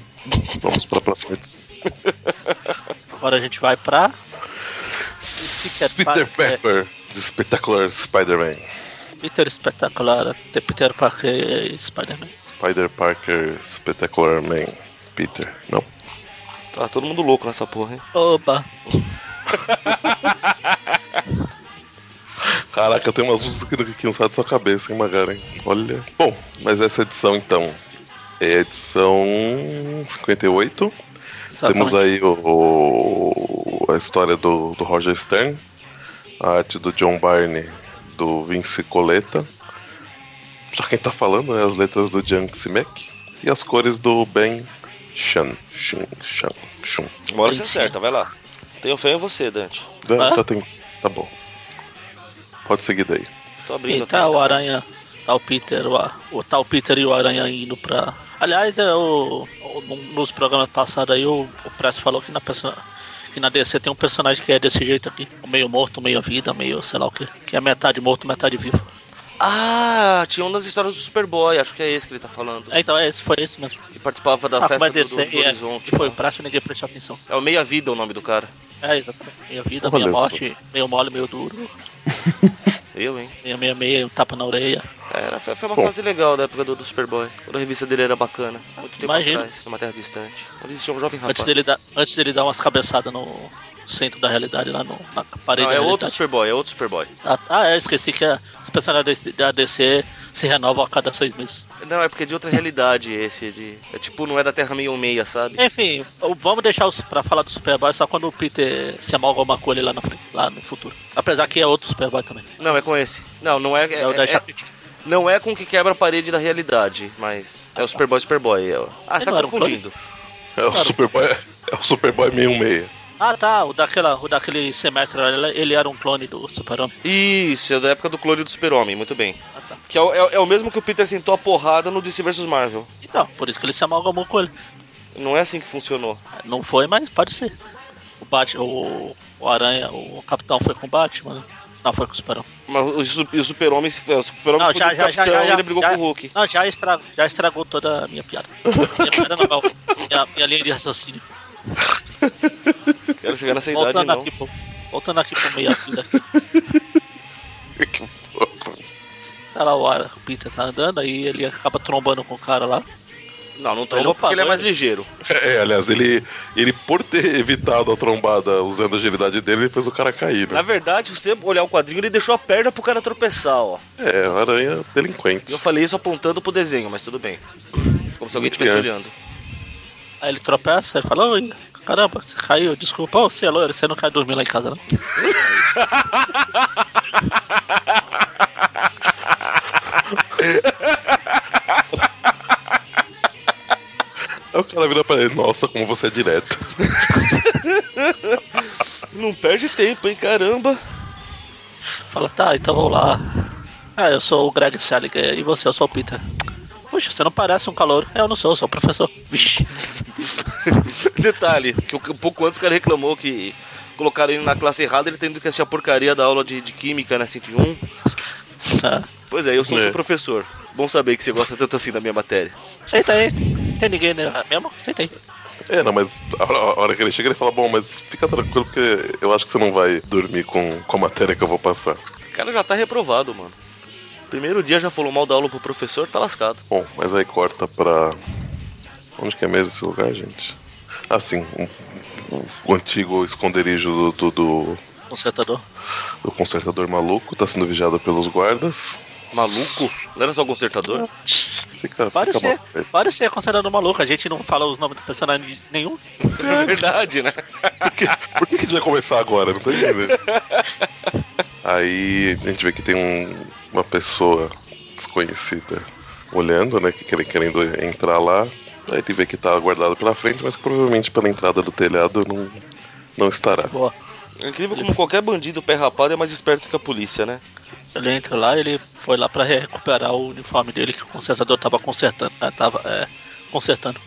Vamos pra próxima edição. Agora a gente vai pra... Peter Parker. Pepper, de Spectacular Spider-Man. Peter Espetacular, The Peter Parker e Spider-Man. Spider Parker Spectacular Man. Peter. Não. Tá todo mundo louco nessa porra, hein? Oba! Caraca, tem umas músicas que, não- que não saem da sua cabeça, hein, Magara? hein? Olha. Bom, mas essa edição então. É a edição 58. Tá Temos aí o, o- a história do, do Roger Stern, a arte do John Barney, do Vince Coleta. Já quem tá falando é as letras do Jan Simek e as cores do Ben Shan. Shun, Shan, Shun. Uma hora você Quentinho. acerta, vai lá. Tenho fé em você, Dante. Tá, Ah? tá, tem- tá bom. Pode seguir daí. Tô abrindo E aqui. tá o Aranha, tá o Peter, o, o tal Peter e o Aranha indo pra. Aliás, é o, o- num- nos programas passados aí o, o Press falou que na, perso- que na DC tem um personagem que é desse jeito aqui. Meio morto, meio vida, meio sei lá o que. Que é metade morto, metade vivo. Ah, tinha uma das histórias do Superboy, acho que é esse que ele tá falando. É, então é esse, foi esse mesmo. Que participava da Ah, festa mas do, do, DC do é, Horizonte. foi o né? Press ninguém prestou atenção. É o Meia Vida o nome do cara. É, exatamente. Meia vida, Olha meia só. morte, meio mole, meio duro, Eu, hein? meia meia meia, um tapa na orelha. É, Era, foi, foi uma Bom. fase legal da época do, do Superboy. Quando a revista dele era bacana. Muito tempo Imagino. atrás, numa terra distante. Onde existia um jovem rapaz. Antes dele, dar, antes dele dar umas cabeçadas no centro da realidade, lá no, na parede Não, da é outro realidade. Superboy, é outro Superboy. Ah, Ah, é, esqueci que a- os personagens da DC da DC se renovam a cada seis meses. Não, é porque é de outra realidade esse. De... É tipo, não é da Terra 616, sabe? Enfim, o- vamos deixar os, pra falar do Superboy só quando o Peter se amalgama com ele lá, na, frente- lá no futuro. Apesar que é outro Superboy também. Não, é com esse. Não, não é. É, É, o da é, Jaquetina. é, Não é com o que quebra a parede da realidade, mas é o Superboy Superboy. é o- Ah, você Não tá era um clone? confundindo. É o Superboy. É o Superboy 66. Ah, tá, o, daquela, o daquele semestre, ele, ele era um clone do Super-Homem. Isso, é da época do clone do Super-Homem, muito bem. Ah, tá. Que é o, é o- é o mesmo que o Peter sentou a porrada no DC vs Marvel. Então, por isso que ele se amalgamou com ele. Não é assim que funcionou. Não foi, mas pode ser. O Batman, o, o Aranha, o Capitão foi com o Batman. né? Não, foi com o Superão. Mas o, su- e o Super-Homem se- é, o Super-Homem ficou com o Capitão e ele brigou com o Hulk. Não, já estragou, já estragou toda a minha piada. Minha piada não, minha, minha linha de raciocínio. Quero chegar nessa idade, Voltando não. aqui, pro, voltando aqui pro meio aqui daqui. Que porra. Tá lá o, Ara- o Peter tá andando, aí ele acaba trombando com o cara lá. Não, não Ele é um tromba porque ele é padrão, mais né? ligeiro. É, aliás, ele, ele por ter evitado a trombada usando a agilidade dele, ele fez o cara cair, Na né? verdade, se você olhar o quadrinho, ele deixou a perna pro cara tropeçar, ó. É, o aranha E delinquente. Eu falei isso apontando pro desenho, mas tudo bem. Como se alguém Muito estivesse bem. olhando. Aí ele tropeça, ele fala, Oi, caramba, você caiu, desculpa, Ô, você é loiro, você não quer dormir lá em casa, não? Aí É o cara vira pra ele, nossa, como você é direto. Não perde tempo, hein, caramba. Fala, tá, então vamos lá. Ah, eu sou o Greg Salinger e você, eu sou o Peter. Puxa, você não parece um calor. Eu não sou, eu sou o professor. Vixe. Detalhe, que um pouco antes o cara reclamou que colocaram ele na classe errada, ele tendo que assistir a porcaria da aula de, de química na 101. Ah, Pois é, eu sou É. seu professor. Bom saber que você gosta tanto assim da minha matéria. Senta aí. Tem ninguém né? mesmo? Senta aí. É, não, mas a hora, a hora que ele chega, ele fala, bom, mas fica tranquilo, porque eu acho que você não vai dormir com, com a matéria que eu vou passar. Esse cara já tá reprovado, mano. Primeiro dia já falou mal da aula pro professor, tá lascado. Bom, mas aí corta pra. Onde que é mesmo esse lugar, gente? Ah, sim. um- um- o antigo esconderijo do, do, do, "Um Consertador. do consertador maluco tá sendo vigiado pelos guardas. Maluco? Não era só consertador? Fica, É Pode fica ser. mal. Pode ser considerado maluco. A gente não fala os nomes do personagem nenhum. É verdade, né? Por que, por que que a gente vai começar agora? Não tô entendendo. Aí a gente vê que tem um- uma pessoa desconhecida olhando, né? Que quer- querendo entrar lá. Aí ele vê que tá guardado pela frente, mas que provavelmente pela entrada do telhado não, não estará. Boa. É incrível como qualquer bandido pé rapado é mais esperto que a polícia, né? Ele entra lá, ele foi lá pra recuperar o uniforme dele que o consertador tava consertando. ah, Tava, é, consertando.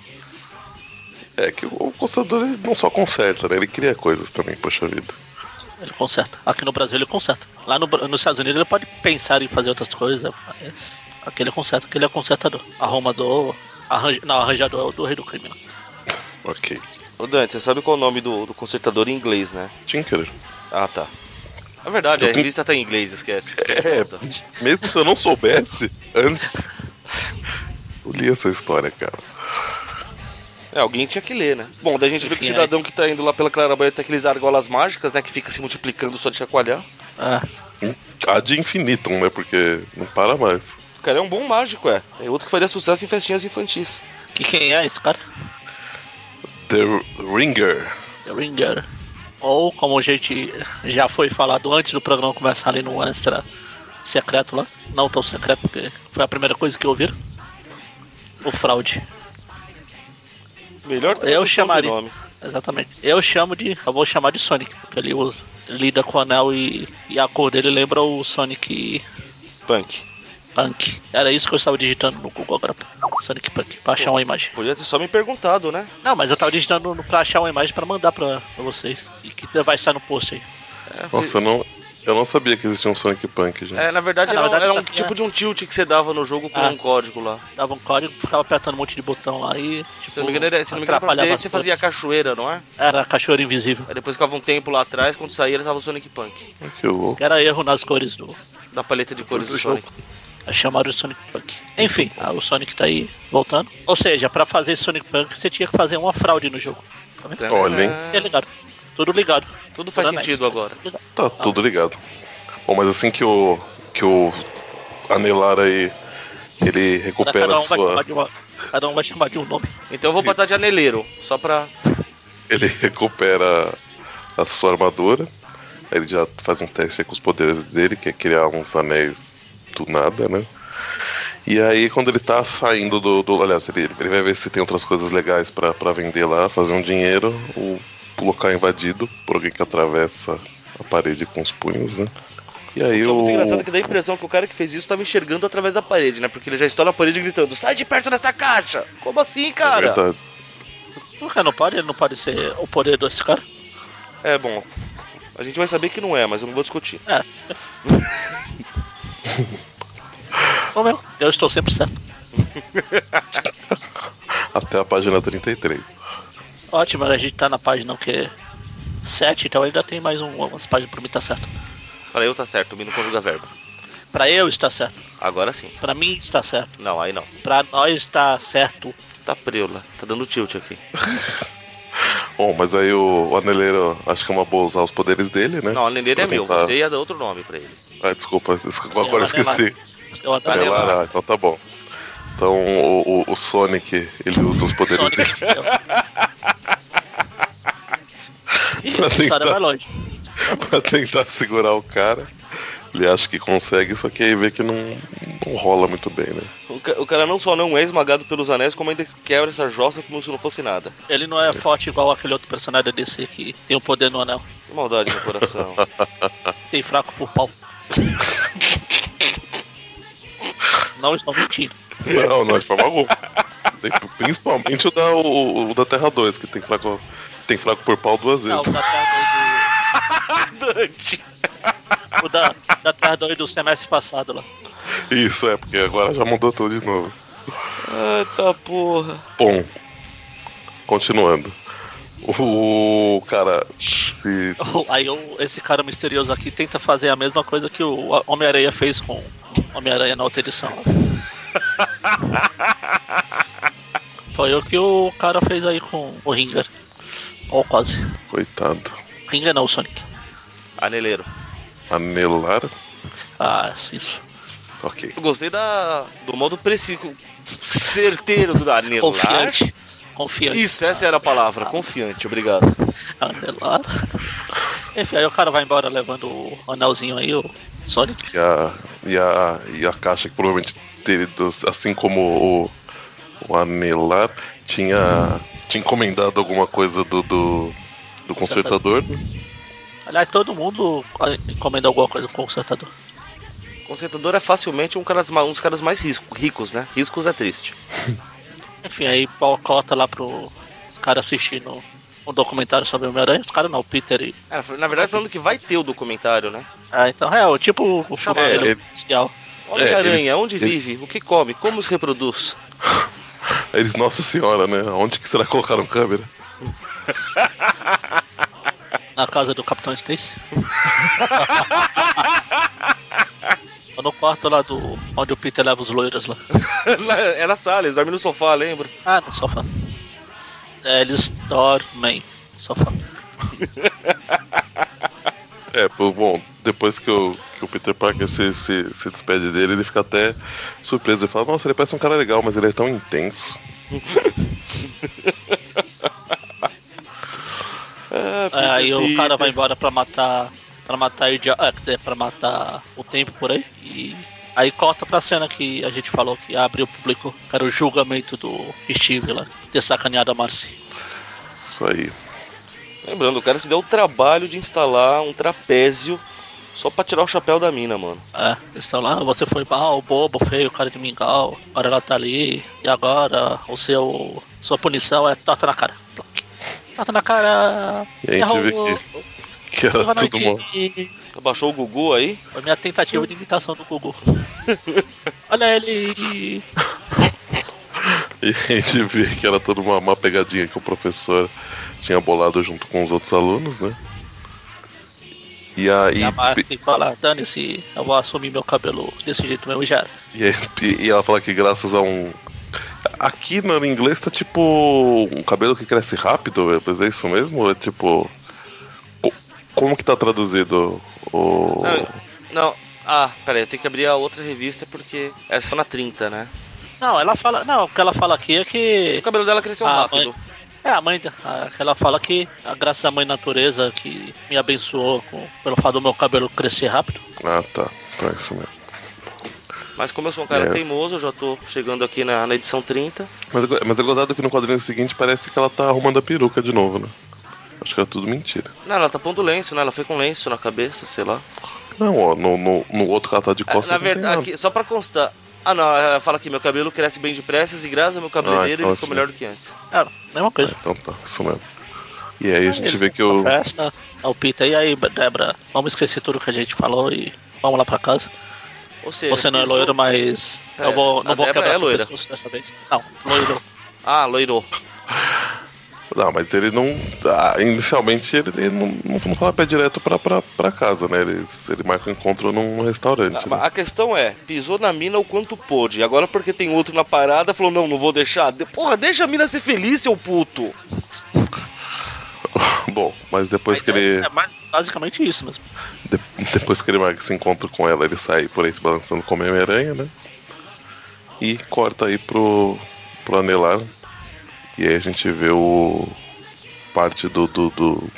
É que o consertador ele não só conserta, né? Ele cria coisas também, poxa vida. Ele conserta. Aqui no Brasil ele conserta. Lá no, Bra- nos Estados Unidos ele pode pensar em fazer outras coisas, mas aqui ele conserta, aqui ele é consertador. Arrumador, arranja, não, arranjador é o do rei do crime. né? Ok. Ô Dante, você sabe qual é o nome do, do consertador em inglês, né? Tinkerer. Ah, tá. É verdade, a Eu tô- revista tá em inglês, esquece. É, mesmo se eu não soubesse antes. Eu li essa história, cara. É, alguém tinha que ler, né? Bom, daí a gente vê que o Enfim, cidadão que tá indo lá pela Claraboia tem aqueles argolas mágicas, né? Que fica se multiplicando só de chacoalhar. Ah, A de infinitum, né? Porque não para mais. O cara é um bom mágico, é. É outro que faria sucesso em festinhas infantis. que quem é esse cara? The Ringer. The Ringer. Ou como a gente já foi falado antes do programa começar ali no extra secreto lá. Não tão secreto, porque foi a primeira coisa que ouviram. O fraude. Melhor Eu tradução de chamaria. nome. Exatamente. Eu chamo de. Eu vou chamar de Sonic, porque ele usa. Lida com o anel e, e a cor dele lembra o Sonic Punk. Punk. Era isso que eu estava digitando no Google agora. Sonic Punk, pra achar uma imagem. Podia ter só me perguntado, né? Não, mas eu estava digitando no- pra achar uma imagem pra mandar pra, pra vocês. E que vai estar no post aí. Nossa, eu não, eu não sabia que existia um Sonic Punk, gente. É, na verdade, É, na era, verdade, era isso um aqui tipo é- de um tilt que você dava no jogo com Ah. um código lá. Dava um código, ficava apertando um monte de botão lá e. Tipo, Se não me engano, era, se não me engano pra você, atrapalhava você as fazia a coisas. cachoeira, não é? Era cachoeira invisível. Aí depois ficava um tempo lá atrás, quando saía ele tava o Sonic Punk. É. Que louco. Era erro nas cores do. Da paleta de cores do Muito jogo. Sonic. É chamado de Sonic Punk. Enfim, ah, o Sonic tá aí voltando. Ou seja, pra fazer Sonic Punk você tinha que fazer uma fraude no jogo. Tá vendo? Olha, hein? É ligado. Tudo ligado. É, Tudo faz Tudo honesto. sentido agora. Tudo ligado. Tá tudo ligado. Bom, mas assim que o. que o Anelar aí. ele recupera Cada a um, vai chamar sua. de uma, cada um vai chamar de um nome. Então eu vou passar de aneleiro, só pra. Ele recupera a sua armadura. Aí ele já faz um teste aí com os poderes dele, que é criar uns anéis do nada, né? E aí, quando ele tá saindo do. do aliás, ele, ele vai ver se tem outras coisas legais pra pra vender lá, fazer um dinheiro. O local é invadido por alguém que atravessa a parede com os punhos, né? E aí É o. muito engraçado que dá a impressão que o cara que fez isso tava enxergando através da parede, né? Porque ele já estoura a parede gritando: sai de perto dessa caixa! Como assim, É cara? verdade. O cara não pode, ele não pode ser o poder desse cara. É, bom. A gente vai saber que não é, mas eu não vou discutir. Ô meu, eu estou sempre certo. Até a página 33. Ótimo, a gente tá na página o quê? 7, então ainda tem mais um, umas páginas pra mim tá certo. Pra eu tá certo, o mim não conjuga verbo. Pra eu está certo. Agora sim. Pra mim está certo. Não, aí não. Pra nós está certo. Tá preula. Tá dando tilt aqui. Bom, mas aí o, o aneleiro acho que é uma boa usar os poderes dele, né? Não, a Lendeira é Pra meu. tentar- Você ia dar outro nome pra ele. Ah, desculpa, es- agora eu anelar. esqueci. Eu adoro Anelar. Anelar, ah, então tá bom. Então o, o, o Sonic, ele usa os poderes Sonic. dele Ih, a história vai longe. pra tentar segurar o cara. Ele acha que consegue, só que aí vê que não, não rola muito bem, né? O, ca- o cara não só não é esmagado pelos anéis, como ainda quebra essa jossa como se não fosse nada. Ele não é forte igual aquele outro personagem desse que tem o poder no anel. Que maldade no coração. Tem fraco por pau. Não estou mentindo. Não, não, de forma alguma. Tem- Principalmente o da, o, o da Terra 2, que tem fraco, tem fraco por pau duas Ah, vezes. Dante! o da Terra 2 do, o da, da Terra 2 do semestre passado lá. Isso, é, porque agora já mudou tudo de novo. Eita Ah, tá, porra. Bom, continuando. O cara se Aí eu- esse cara misterioso aqui tenta fazer a mesma coisa que o Homem-Aranha fez com Homem-Aranha na outra edição. Foi o que o cara fez aí com o Ringer. Ou quase. Coitado. Ringer não, o Sonic. Aneleiro. Anelar? Ah, isso. Ok. Eu gostei da, do modo preciso, certeiro do Danilo. Confiante. Confiante. Ah, Isso, essa era a palavra. Confiante, obrigado. Anelar. Enfim, aí o cara vai embora levando o anelzinho aí, o Sonic. E a, e a, e a caixa que provavelmente teve, dos- assim como o, o Anelar, tinha, tinha encomendado alguma coisa do, do, do consertador. Aliás, todo mundo ah, encomenda alguma coisa com o consertador. Consertador é facilmente um, cara dos ma- um dos caras mais risco- ricos, né? Riscos é triste. Enfim, aí cota lá pro os caras assistindo um documentário sobre o Homem-Aranha. Os caras não, o Peter e. É, na verdade, falando que vai ter o documentário, né? Ah, então é, o tipo o chamado ele- oficial. Homem-Aranha, eles- onde vive, o que come, como se reproduz. Aí Eles, nossa senhora, né? Onde que será que colocaram câmera? Na casa do Capitão Stacy. Ou no quarto lá do. onde o Peter leva os loiros lá. Lá- é na sala, eles dormem no sofá, lembra? Ah, no sofá. É, eles dormem no sofá. É, pô, bom, depois que o, que o Peter Parker se, se, se despede dele, ele fica até surpreso. Ele fala, nossa, ele parece um cara legal, mas ele é tão intenso. É, aí o cara vai embora pra matar. Pra matar o dia- ah, quer dizer, pra matar o tempo por aí. E aí corta pra cena que a gente falou que abre o público, cara, o julgamento do Steve lá, ter sacaneado a Marcy. Isso aí. Lembrando, o cara se deu o trabalho de instalar um trapézio só pra tirar o chapéu da mina, mano. É, eles estão lá, você foi mal, bobo, feio, cara de mingau, agora ela tá ali, e agora o seu. sua punição é torta na cara. Torta na cara! E aí a gente vê que, que era Boa tudo noite. mal. Abaixou o Gugu aí. Foi minha tentativa de imitação do Gugu. Olha ele! E a gente vê que era toda uma, uma pegadinha que o professor tinha bolado junto com os outros alunos, né? E aí, E a Marcy fala, dane-se, eu vou assumir meu cabelo desse jeito mesmo já. e, aí- e ela fala que graças a um. Aqui no inglês tá tipo. Um cabelo que cresce rápido, mas é isso mesmo? Ou É tipo. co- Como que tá traduzido o. Não, não. Ah, peraí, eu tenho que abrir a outra revista porque essa é só na 30, né? Não, ela fala. Não, o que ela fala aqui é O que. cabelo dela cresceu Ah, rápido. É a mãe. da- a- Ela fala que, a graças à mãe natureza que me é abençoou com- pelo fato do meu cabelo crescer rápido. Ah, tá. Tá, isso mesmo. Mas como eu sou um cara É. teimoso, eu já tô chegando aqui na, na edição 30. Mas, é go- mas é gozado que no quadrinho seguinte parece que ela tá arrumando a peruca de novo, né? Acho que era tudo mentira. Não, ela tá pondo lenço, né? Ela foi com lenço na cabeça, sei lá. Não, ó, no, no, no outro que ela tá de Ah, costas na não tem nada. verdade, aqui, só pra constar. Ah, não, ela fala que meu cabelo cresce bem depressa e graças ao meu cabeleireiro Ah, então ele ficou assim. melhor do que antes. Cara, É, mesma coisa. Então tá, isso mesmo. E aí a gente Ah, Ele tá foi vê que o. pra Festa, palpita. E aí, Débora, vamos esquecer tudo que a gente falou e vamos lá pra casa. Ou seja, Você não é pisou- loiro, mas Pera, eu vou, não a vou Débora quebrar é seu loira. pescoço dessa vez. Não, loiro. Ah, loirou. Não, mas ele não. ah, inicialmente ele, ele não, não, não fala pé direto pra, pra, pra casa, né? Ele, ele marca um encontro num restaurante. Ah, né? A questão é, pisou na mina o quanto pôde. Agora porque tem outro na parada, falou, não, não vou deixar. De- Porra, deixa a mina ser feliz, seu puto. Bom, mas depois Mas que ele. É, é mais- basicamente isso mesmo. de- depois que ele marca esse encontro com ela, ele sai por aí se balançando como uma aranha, né? E corta aí pro. pro anelar. E aí a gente vê o. parte do. do, do,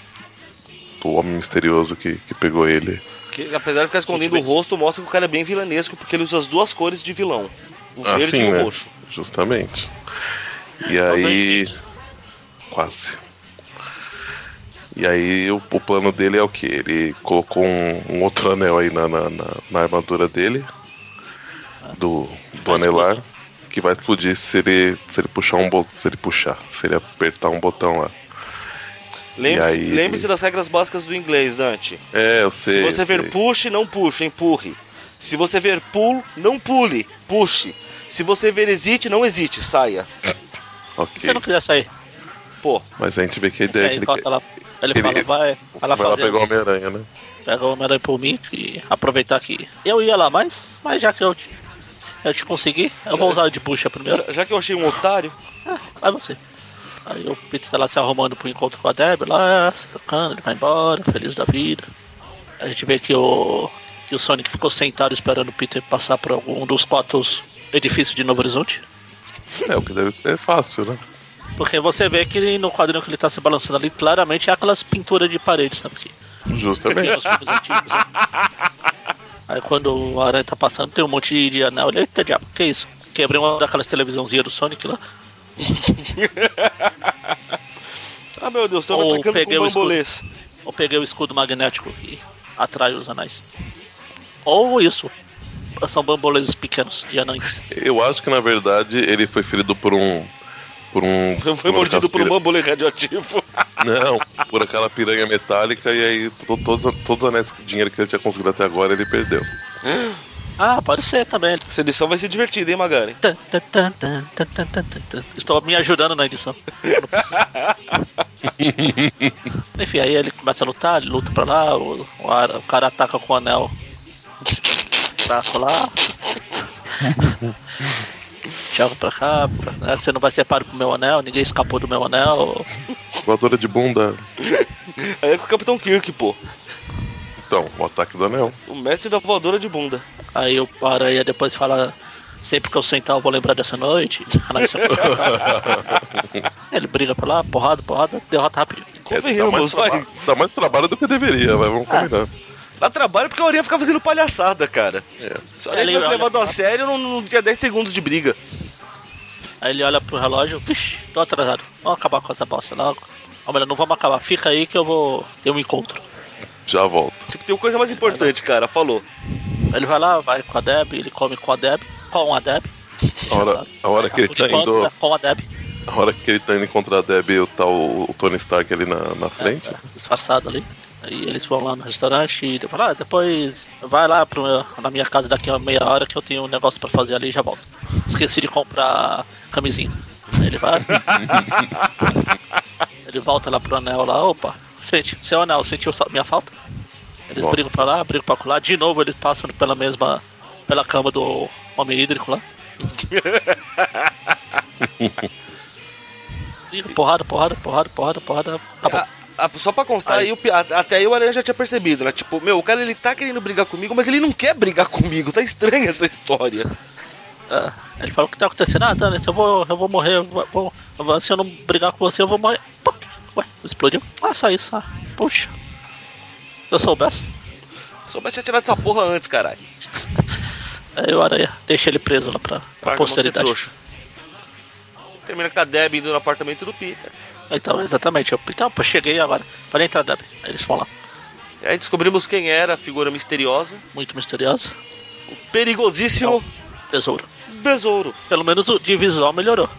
do homem misterioso que, que pegou ele. Que apesar de ficar escondendo o rosto, mostra que o cara é bem vilanesco, porque ele usa as duas cores de vilão. O Ah, verde sim, e o né? roxo. Justamente. E aí. Quase. E aí o, o plano dele é o que? Ele colocou um, um outro anel aí na, na, na, na armadura dele. Do, do anelar. Que vai explodir se ele, se ele puxar um botão. Se ele puxar, se ele apertar um botão lá. Lembre-se aí- lembre-se das regras básicas do inglês, Dante. É, eu sei. Se eu você ver sei. push, não puxe, empurre. Se você ver pull, não pule, puxe. Se você ver exit, não exite, saia. Se Ok. você não quiser sair, Pô, Mas a gente vê que a ideia é aí que ele, ele quer- corta lá. Ele, ele- fala, vai, vai lá vai lá fazer. pegar o isso. Homem-Aranha, né? Pega o Homem-Aranha por mim e aproveitar que eu ia lá, mas, mas já que eu te, eu te consegui, eu vou usar o de bucha primeiro. já, já que eu achei um otário, Vai você. Aí o Peter tá lá se arrumando pro encontro com a Debbie lá, se tocando, ele vai embora, feliz da vida. A gente vê que o, que o Sonic ficou sentado esperando o Peter passar por algum dos quatro edifícios de Novo Horizonte. É, o que deve ser fácil, né? Porque você vê que no quadrinho que ele tá se balançando ali, claramente é aquelas pinturas de parede, sabe? Que Justamente. Tem os filmes antigos, né? Aí quando o Aranha tá passando, tem um monte de anel. Ele, eita diabo, que isso? Quebrei uma daquelas televisãozinhas do Sonic lá. ah meu Deus, tô me um Ou atacando com peguei o escudo. bambolês. Ou peguei o escudo magnético que atrai os anéis. Ou isso. São bamboleses pequenos de anões. Eu acho que na verdade ele foi ferido por um. Por um. Foi mordido por um uma bambolê radioativo. casqueira- Não, por aquela piranha metálica e aí to- todos, todos os anéis de dinheiro que ele tinha conseguido até agora ele perdeu. Ah, pode ser também. Essa edição vai ser divertida, hein, Magari? Tan, tan, tan, tan, tan, tan, tan, tan, tan. Estou me ajudando na edição. Enfim, aí ele começa a lutar, ele luta pra lá, o, o ara- o cara ataca com o anel. Taco lá. Joga pra cá, pra, né, você não vai ser páreo pro meu anel, ninguém escapou do meu anel. Voadora de bunda. Aí é com o Capitão Kirk, pô. Então, o ataque do anel. O mestre da voadora de bunda. É, Aí o aranha depois fala. Sempre que eu sentar, eu vou lembrar dessa noite. Ele briga pra lá, porrada, porrada, derrota rapidinho. dá, mais Convenhamos, vai. traba- dá mais trabalho do que deveria, vai, vamos combinar. Dá trabalho porque a Aurinha fica fazendo palhaçada, cara. É. Se a Aurinha Ele tivesse olha levado pra- a sério, não, não tinha 10 segundos de briga. Aí ele olha pro relógio, vixi, tô atrasado. Vamos acabar com essa bosta logo. Ou melhor, não vamos acabar, fica aí que eu vou. Eu me encontro. Já volto. Tipo, tem uma coisa mais É importante, cara. Falou. Ele vai lá, vai com a Deb, ele come com a Deb, com a Deb. A hora, a hora que ele tá indo. né, Com a Deb, A hora que ele tá indo encontrar a Debbie e tá o, o Tony Stark ali na, na frente. É, disfarçado ali. Aí eles vão lá no restaurante e depois, ah, depois vai lá pro meu- na minha casa daqui a meia hora que eu tenho um negócio pra fazer ali e já volto. Esqueci de comprar camisinha. Aí ele vai. ele volta lá pro anel lá, opa, sente, seu anel, sentiu sa- minha falta? Eles Nossa. brigam pra lá, brigam pra lá, de novo eles passam pela mesma. pela cama do homem hídrico lá. Briga, porrada, porrada, porrada, porrada, porrada. Acabou. Ah, só pra constar, Tá Aí. aí o pi- a- até aí o Aranha já tinha percebido, né? Tipo, meu, o cara ele tá querendo brigar comigo, mas ele não quer brigar comigo. Tá estranha essa história. Ah, ele falou o que tá acontecendo. Ah, Dani, eu vou, eu vou morrer. eu vou- vou- eu vou- se eu não brigar com você, eu vou morrer. Pum. Ué, explodiu. Ah, só isso. Ah, puxa. Se eu soubesse. Soubesse tinha tirado essa porra antes, caralho. Aí o Aranha deixa ele preso lá pra, Larga a pra mão de ser posteridade. trouxa. Termina com a Deb indo no apartamento do Peter. Então, exatamente. Eu, então, pô, cheguei agora. Pode entrar, Deb. Aí eles vão lá. E aí descobrimos quem era a figura misteriosa. Muito misterioso. O perigosíssimo Tesouro. besouro. Pelo menos o de visual melhorou.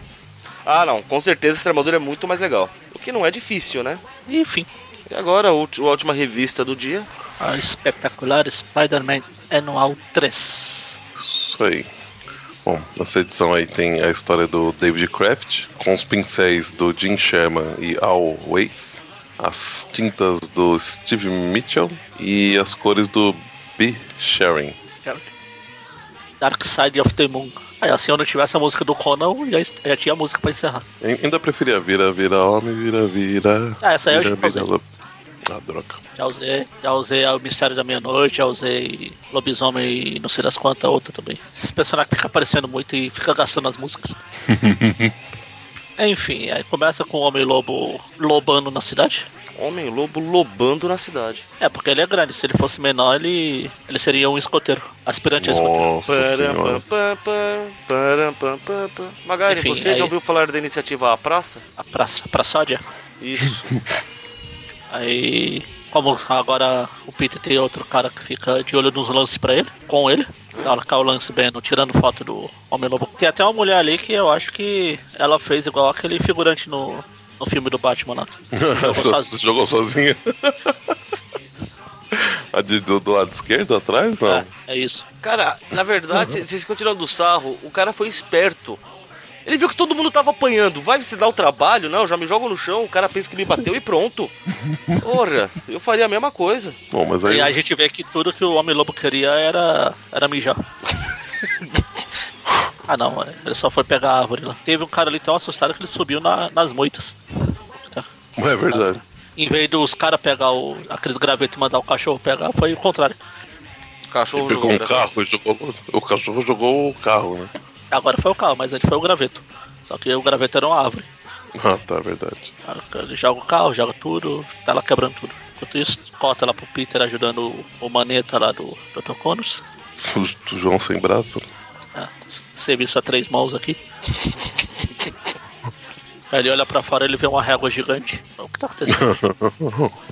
Ah, não, com certeza essa armadura é muito mais legal. O que não é difícil, né? E, Enfim. E agora, a ulti- a última revista do dia. A espetacular Spider-Man Anual 3. Isso aí. Bom, nessa edição aí tem a história do David Kraft, com os pincéis do Jim Sherman e Al Weiss, as tintas do Steve Mitchell e as cores do B. Sharing. Dark Side of the Moon. Aí, assim, eu não tivesse a música do Conan, já, est- já tinha a música pra encerrar. Ai- Ainda preferia vira, vira, homem, vira, vira. Ah, essa aí eu vira, já usei. vira, lobo. Ah, droga. Já usei, já usei o Mistério da Meia-Noite, já usei Lobisomem e não sei das quantas, outra também. Esses personagens ficam aparecendo muito e ficam gastando as músicas. Enfim, aí começa com o Homem-Lobo lobando na cidade. Homem-Lobo lobando na cidade. É, porque ele é grande, se ele fosse menor, ele, ele seria um escoteiro, aspirante a escoteiro. Nossa Param, senhora. pam, pam, pam, param, pam, pam, pam. Magari, Enfim, você aí- já ouviu falar da iniciativa A Praça? A praça, praçádia. Isso. Aí, como agora o Peter tem outro cara que fica de olho nos lances pra ele, com ele, colocar o lance Bannon tirando foto do Homem-Lobo. Tem até uma mulher ali que eu acho que ela fez igual aquele figurante no, no filme do Batman lá. Jogou Só- sozinho. Jogou sozinha. A de, do, do lado esquerdo, atrás? Não. É, é isso. Cara, na verdade, se- se vocês continuam do sarro, o cara foi esperto. Ele viu que todo mundo tava apanhando. Vai se dar o trabalho? Não, já me jogo no chão, o cara pensa que me bateu e pronto. Porra, eu faria a mesma coisa. Bom, mas E aí. aí a gente vê que tudo que o Homem-Lobo queria era, era mijar. ah não, ele só foi pegar a árvore lá. Teve um cara ali tão assustado que ele subiu na- nas moitas. Tá. É verdade. Em vez dos caras pegar o, aqueles gravetos e mandar o cachorro pegar, foi o contrário. O cachorro Ele pegou jogou um pra- carro e jogou. O cachorro jogou o carro, né? Agora foi o carro, mas ele foi o graveto. Só que o graveto era uma árvore. Ah, tá, verdade. Aí Ele joga o carro, joga tudo, tá lá quebrando tudo. Enquanto isso, corta lá pro Peter ajudando o- o maneta lá do Dr. Connors. O do João sem braço. Ah, serviço a três mãos aqui. Aí ele olha pra fora ele vê uma régua gigante. O que tá acontecendo?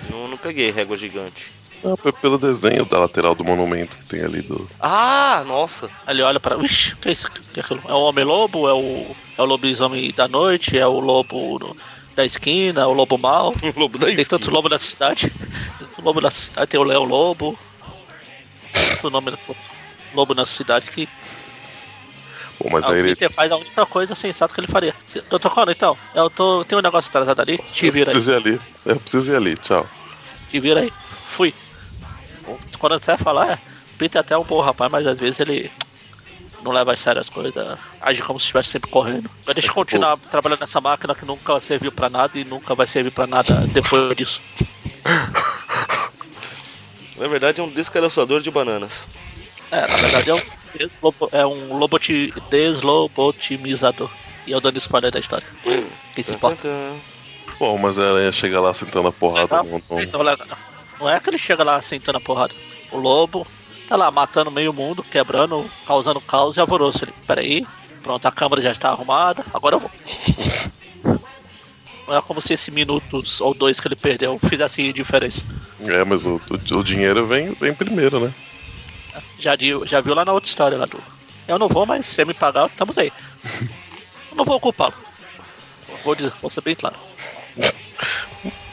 Não, não peguei régua gigante. Não, Ah, foi pelo desenho da lateral do monumento que tem ali do. Ah, nossa. Aí ele olha pra. Ixi, o que é isso? O que é aquilo? É o Homem-Lobo? É o, é o lobisomem da noite? É o lobo no- da esquina? É o lobo mau? O lobo da Tem tanto lobo na cidade. O lobo na cidade tem o Léo Lobo. Tanto nome Lobo na cidade que Bom, mas ah, o aí ele. Peter faz a única coisa sensata que ele faria. Se- Doutor Connor, então, eu tô. Tem um negócio atrasado ali, te Eu vira aí, preciso ir ali. Eu preciso ir ali, tchau. te vira aí. Fui. Quando você falar, é, o Peter é até um bom rapaz, mas às vezes ele não leva a sério as coisas, age como se estivesse sempre correndo. Mas deixa eu continuar trabalhando nessa máquina que nunca serviu pra nada e nunca vai servir pra nada depois disso. Na verdade, é um descalçador de bananas. É, na verdade é um, deslobo, é um loboti, deslobotimizador. E eu dando spoiler da história. Quem se importa? Tantã. Bom, mas a aranha chega lá sentando a porrada Ah, no. no- então, legal. Não é que ele chega lá sentando a porrada. O lobo tá lá matando meio mundo, quebrando, causando caos e alvoroço. Ele, peraí, pronto, a câmera já está arrumada, agora eu vou. Não é como se esse minutos ou dois que ele perdeu fizesse diferença. É, mas o, o, o dinheiro vem, vem primeiro, né? Já, di- já viu lá na outra história lá do. Eu não vou, mas se você me pagar, estamos aí. Eu não vou culpá-lo. Vou dizer, vou ser bem claro.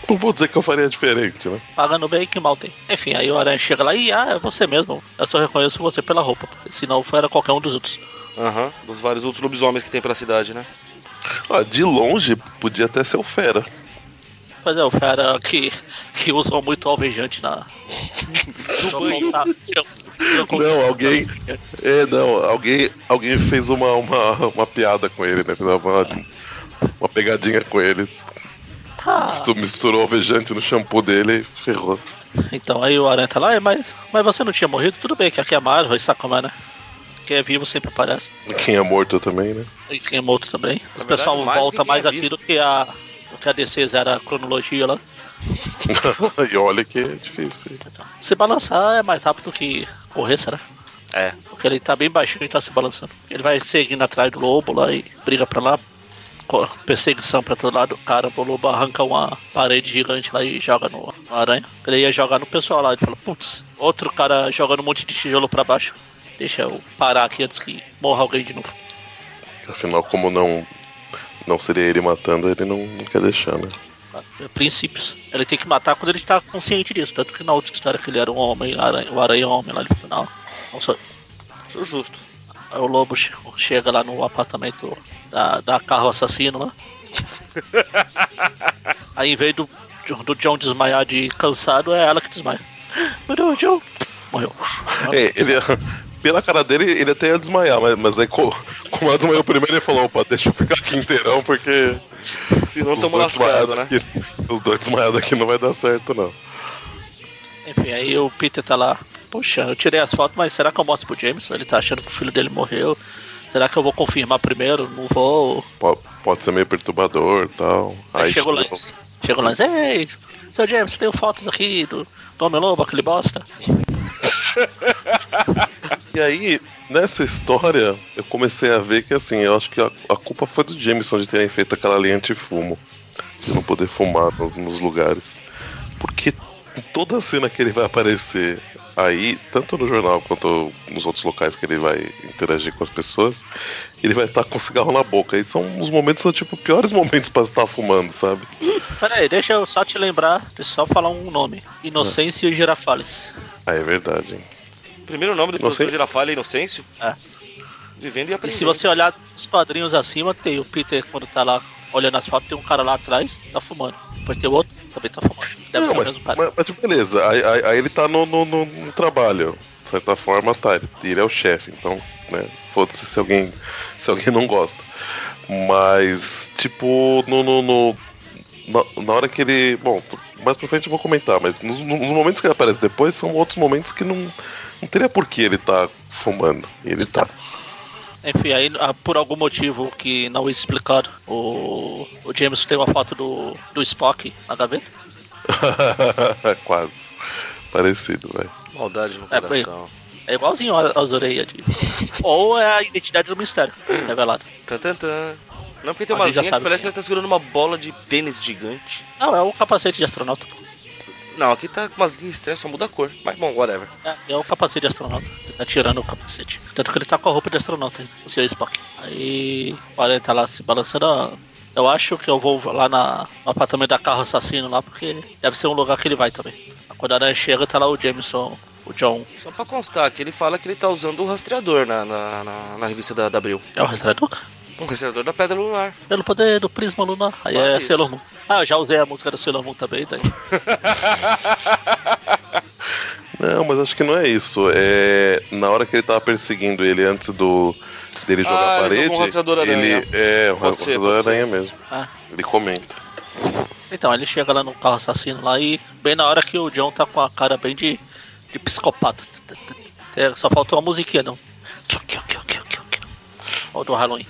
Não vou dizer que eu faria diferente, né? Pagando bem que mal tem. Enfim, aí o Aranha chega lá e ah, é você mesmo. Eu só reconheço você pela roupa. Senão era qualquer um dos outros. Aham, dos vários outros lobisomens que tem pela cidade, né? Ah, de longe podia até ser o Fera. Mas é o cara que, que usa muito alvejante na. No banho. Não, alguém. É, não, alguém, alguém fez uma, uma, uma piada com ele, né? Fez uma, uma pegadinha com ele. Tá. Mistu- Misturou alvejante no shampoo dele e ferrou. Então aí o Aranha tá lá, "É, mas, mas você não tinha morrido? Tudo bem, que aqui é Marvel e Sacomé, né? Quem é vivo sempre aparece. Quem é morto também, né? E quem é morto também. Na O pessoal verdade, mais volta quem mais é aqui vivo. do que a. do que a DC era a cronologia lá. e olha que é difícil. Se balançar é mais rápido que correr, será? É. Porque ele tá bem baixinho e tá se balançando. Ele vai seguindo atrás do lobo lá e briga pra lá. co- Perseguição pra todo lado. Caramba, o lobo arranca uma parede gigante lá e joga no, no aranha. Ele ia jogar no pessoal lá. Ele falou, putz, outro cara jogando um monte de tijolo pra baixo. Deixa eu parar aqui antes que morra alguém de novo. Afinal, como não não seria ele matando, ele não, não quer deixar, né? princípios. Ele tem que matar quando ele tá consciente disso. Tanto que na outra história que ele era um homem, o aranha, o aranha é um homem lá, ele falou, não, não sou. Acho justo. Aí o lobo che- chega lá no apartamento da, da carro assassino lá. Aí em vez do, do John desmaiar de cansado, é ela que desmaia. Meu Deus, John! Morreu. É, ele, pela cara dele, ele até ia desmaiar, mas, mas aí co- como ela desmaiou primeiro, ele falou, opa, deixa eu ficar aqui inteirão, porque Se não, os tamo dois lascado, desmaiados né? aqui- os dois desmaiados aqui não vai dar certo, não. Enfim, aí o Peter tá lá. Poxa, eu tirei as fotos, mas será que eu mostro pro Jameson? Ele tá achando que o filho dele morreu. Será que eu vou confirmar primeiro? Não vou. Po- Pode, ser meio perturbador e tal. Aí chega o Lance. Chega o Lance, ei, seu James, tenho fotos aqui do, do Homem-Lobo, aquele bosta. E aí, nessa história, eu comecei a ver que assim, eu acho que a, a culpa foi do Jameson de terem feito aquela linha anti-fumo. De não poder fumar nos, nos lugares. Porque em toda cena que ele vai aparecer aí, tanto no jornal quanto nos outros locais que ele vai interagir com as pessoas, ele vai estar com o cigarro na boca. E são os momentos são tipo piores momentos pra estar fumando, sabe? Pera aí, deixa eu só te lembrar, deixa eu só falar um nome. Inocêncio Girafales. Ah, é verdade, hein? Primeiro nome do professor Inocêncio? Girafalha é Inocêncio. É. Vivendo e E se aprendendo. você olhar os quadrinhos acima, tem o Peter quando tá lá olhando as fotos, tem um cara lá atrás, tá fumando. Depois tem outro, também tá fumando. Deve Não, ser o mas, mesmo cara. mas, mas, tipo, beleza, aí, aí- aí ele tá no, no- no- no trabalho. De certa forma, tá. Ele, ele é o chefe, então, né? Foda-se se alguém, se alguém não gosta. Mas, tipo, no. no- no- na, na hora que ele. Bom, tu- mais pra frente eu vou comentar, mas nos, nos momentos que ele aparece depois são outros momentos que não, não teria por que ele tá fumando. E ele tá. Enfim, aí ah, por algum motivo que não é explicado, o, o James tem uma foto do, do Spock na gaveta. Quase. Parecido, velho. Maldade no É, foi. coração. É igualzinho a- aos orelhas de. Ou é a identidade do mistério revelado. Tan, tan, tan. Não, porque tem A gente umas já linhas que sabe parece que quem ela tá segurando uma bola de tênis gigante. Não, é o capacete de astronauta. pô. Não, aqui tá com umas linhas estranhas, só muda a cor. Mas bom, whatever. É, é o capacete de astronauta. Ele tá tirando o capacete. Tanto que ele tá com a roupa de astronauta, hein, o seu Spock. Aí o Aranha tá lá se balançando. ó, Eu acho que eu vou lá na, no apartamento da carro assassino lá, porque deve ser um lugar que ele vai também. Quando a aranha chega, tá lá o Jameson, o John. Só pra constar que ele fala que ele tá usando o rastreador na, na, na- na revista da, da Abril. É o rastreador? Um rastreador da Pedra Lunar. Pelo poder do Prisma Lunar. Aí Quase é isso. Sailor Moon. Ah, eu já usei a música do Sailor Moon também, tá daí. Não, mas acho que não é isso. É na hora que ele tava perseguindo ele antes do dele jogar Ah, a ele parede. jogou um rastreador aranha. ele é, o Pode ser, rastreador pode ser. aranha mesmo. Ah. Ele comenta. Então, ele chega lá no carro assassino lá e bem na hora que o John tá com a cara bem de, de psicopata. É, Só faltou uma musiquinha, não. Kiu, kiu, kiu, kiu, kiu, kiu. Ou do Halloween.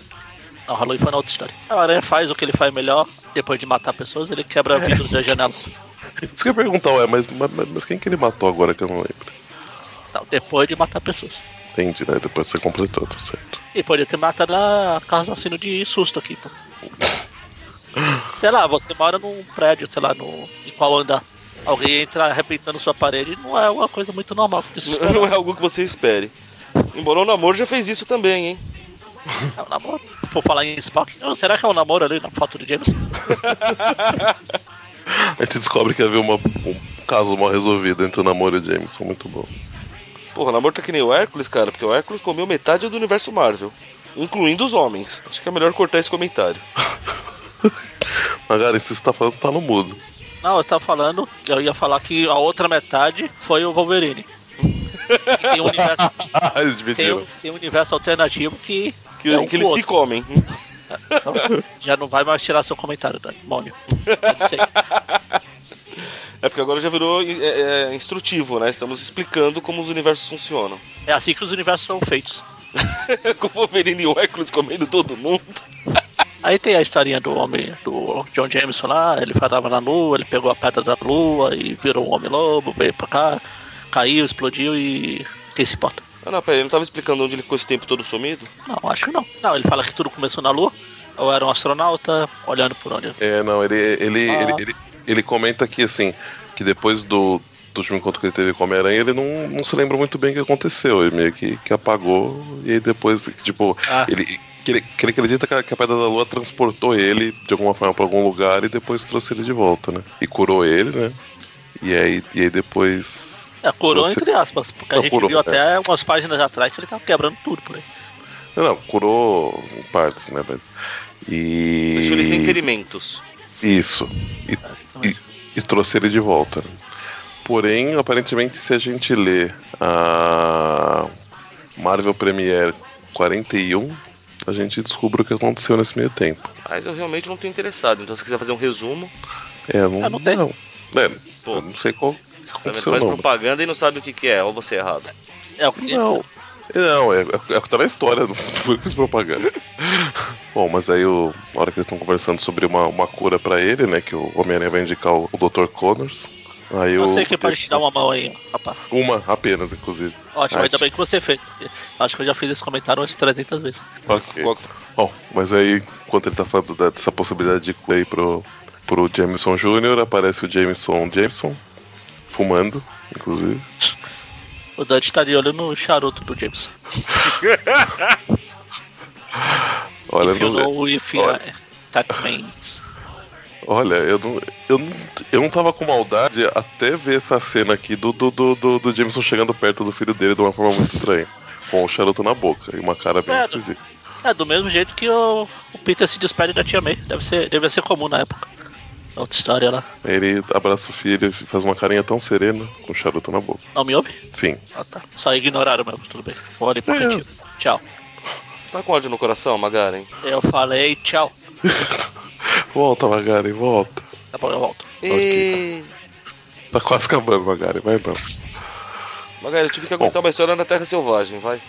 Não, Halloween foi na outra história. A aranha faz o que ele faz melhor, depois de matar pessoas, ele quebra vidros da janela. Isso que eu ia perguntar, ué, mas, mas, mas quem que ele matou agora que eu não lembro? Tal, depois de matar pessoas. Entendi, né? Depois você completou, tá certo. E podia ter matado a carro assassino de susto aqui, pô. Sei lá, você mora num prédio, sei lá, no, em qual andar. Alguém entra arrebentando sua parede, não é uma coisa muito normal. de se Não é algo que você espere. Embora o namoro já fez isso também, hein? É um namoro? Por falar em Spock, não, será que é um namoro ali na foto do James? A gente descobre que havia uma, um caso mal resolvido entre o namoro e o Jameson, muito bom. Porra, o namoro tá que nem o Hércules, cara, porque o Hércules comeu metade do universo Marvel. Incluindo os homens. Acho que é melhor cortar esse comentário. Mas cara, isso que você tá falando tá no mudo. Não, eu tava falando que eu ia falar que a outra metade foi o Wolverine. E tem, um universo, Ah, Eles tem, dividiram. um, tem um universo alternativo que, Que, é um que com eles o se outro. comem. já não vai mais tirar seu comentário, Mônio. Não sei. É porque agora já virou é, é, instrutivo, né? Estamos explicando como os universos funcionam. É assim que os universos são feitos. Com o Wolverine e o Hércules comendo todo mundo. Aí tem a historinha do homem, do John Jameson lá, ele parava na lua, ele pegou a pedra da lua e virou um homem-lobo, veio pra cá, caiu, explodiu e quem se importa? Ah, não, peraí, ele não tava explicando onde ele ficou esse tempo todo sumido? Não, acho que não. Não, ele fala que tudo começou na Lua. Eu era um astronauta olhando por onde. É, não, ele, ele, Ah. ele, ele, ele comenta aqui, assim, que depois do, do último encontro que ele teve com o Homem-Aranha, ele não, não se lembra muito bem o que aconteceu. Ele meio que, que apagou, e aí depois, tipo, Ah. ele, que ele, que ele acredita que a, que a Pedra da Lua transportou ele de alguma forma pra algum lugar e depois trouxe ele de volta, né? E curou ele, né? E aí, e aí depois. É, coroa Você- entre aspas, porque a Não, gente curou, viu é. até algumas páginas atrás que ele tava quebrando tudo por aí. Não, não, curou em partes, né? Mas, e. Deixou ele sem ferimentos. Isso. E basicamente. e trouxe ele de volta. Porém, aparentemente, se a gente ler a Marvel Premiere 41, a gente descobre o que aconteceu nesse meio tempo. Mas eu realmente não tô interessado, então se quiser fazer um resumo, É, não, Ah, não tem? É, Pô. eu não sei qual que tá vendo? aconteceu faz não. propaganda e não sabe o que, que é, ou você errado. É o que Não. Não, é, é o que tá na história, não foi com propaganda. Bom, mas aí o, na hora que eles estão conversando sobre uma, uma cura pra ele, né? Que o Homem-Aranha vai indicar o, o Dr. Connors. Aí Eu o- sei que pode te dar uma mão aí, ó, rapaz. Uma apenas, inclusive. Ótimo, ainda Acho. bem que você fez. Acho que eu já fiz esse comentário umas 300 vezes. Qual, Ok. qual que foi? Bom, mas aí, enquanto ele tá falando da- dessa possibilidade de play pro, pro Jameson Jr., aparece o Jameson Jameson, fumando, inclusive. O Dante tá de olho no charuto do Jameson. Olha, Enfio não- no Ifia olha. Tatmans. olha eu, não, eu, não, eu não tava com maldade até ver essa cena aqui do, do, do, do- do Jameson chegando perto do filho dele de uma forma muito estranha. Com o charuto na boca e uma cara bem É, esquisita. É, do mesmo jeito que o, o Peter se despede da tia May. Deve ser, deve ser comum na época. Outra história lá. Aí Ele abraça o filho e faz uma carinha tão serena com o charuto na boca. Não me ouve? Sim. Ah, tá. Só ignoraram mesmo, tudo bem. Vou ali pro É. cantinho. Tchau. Tá com ódio no coração, Magaren? Eu falei tchau. Volta, Magari, volta. Tá bom, eu volto. E... Ok. Tá quase acabando, Magari, vai não. Magaren, eu tive que aguentar uma história na Terra Selvagem, vai.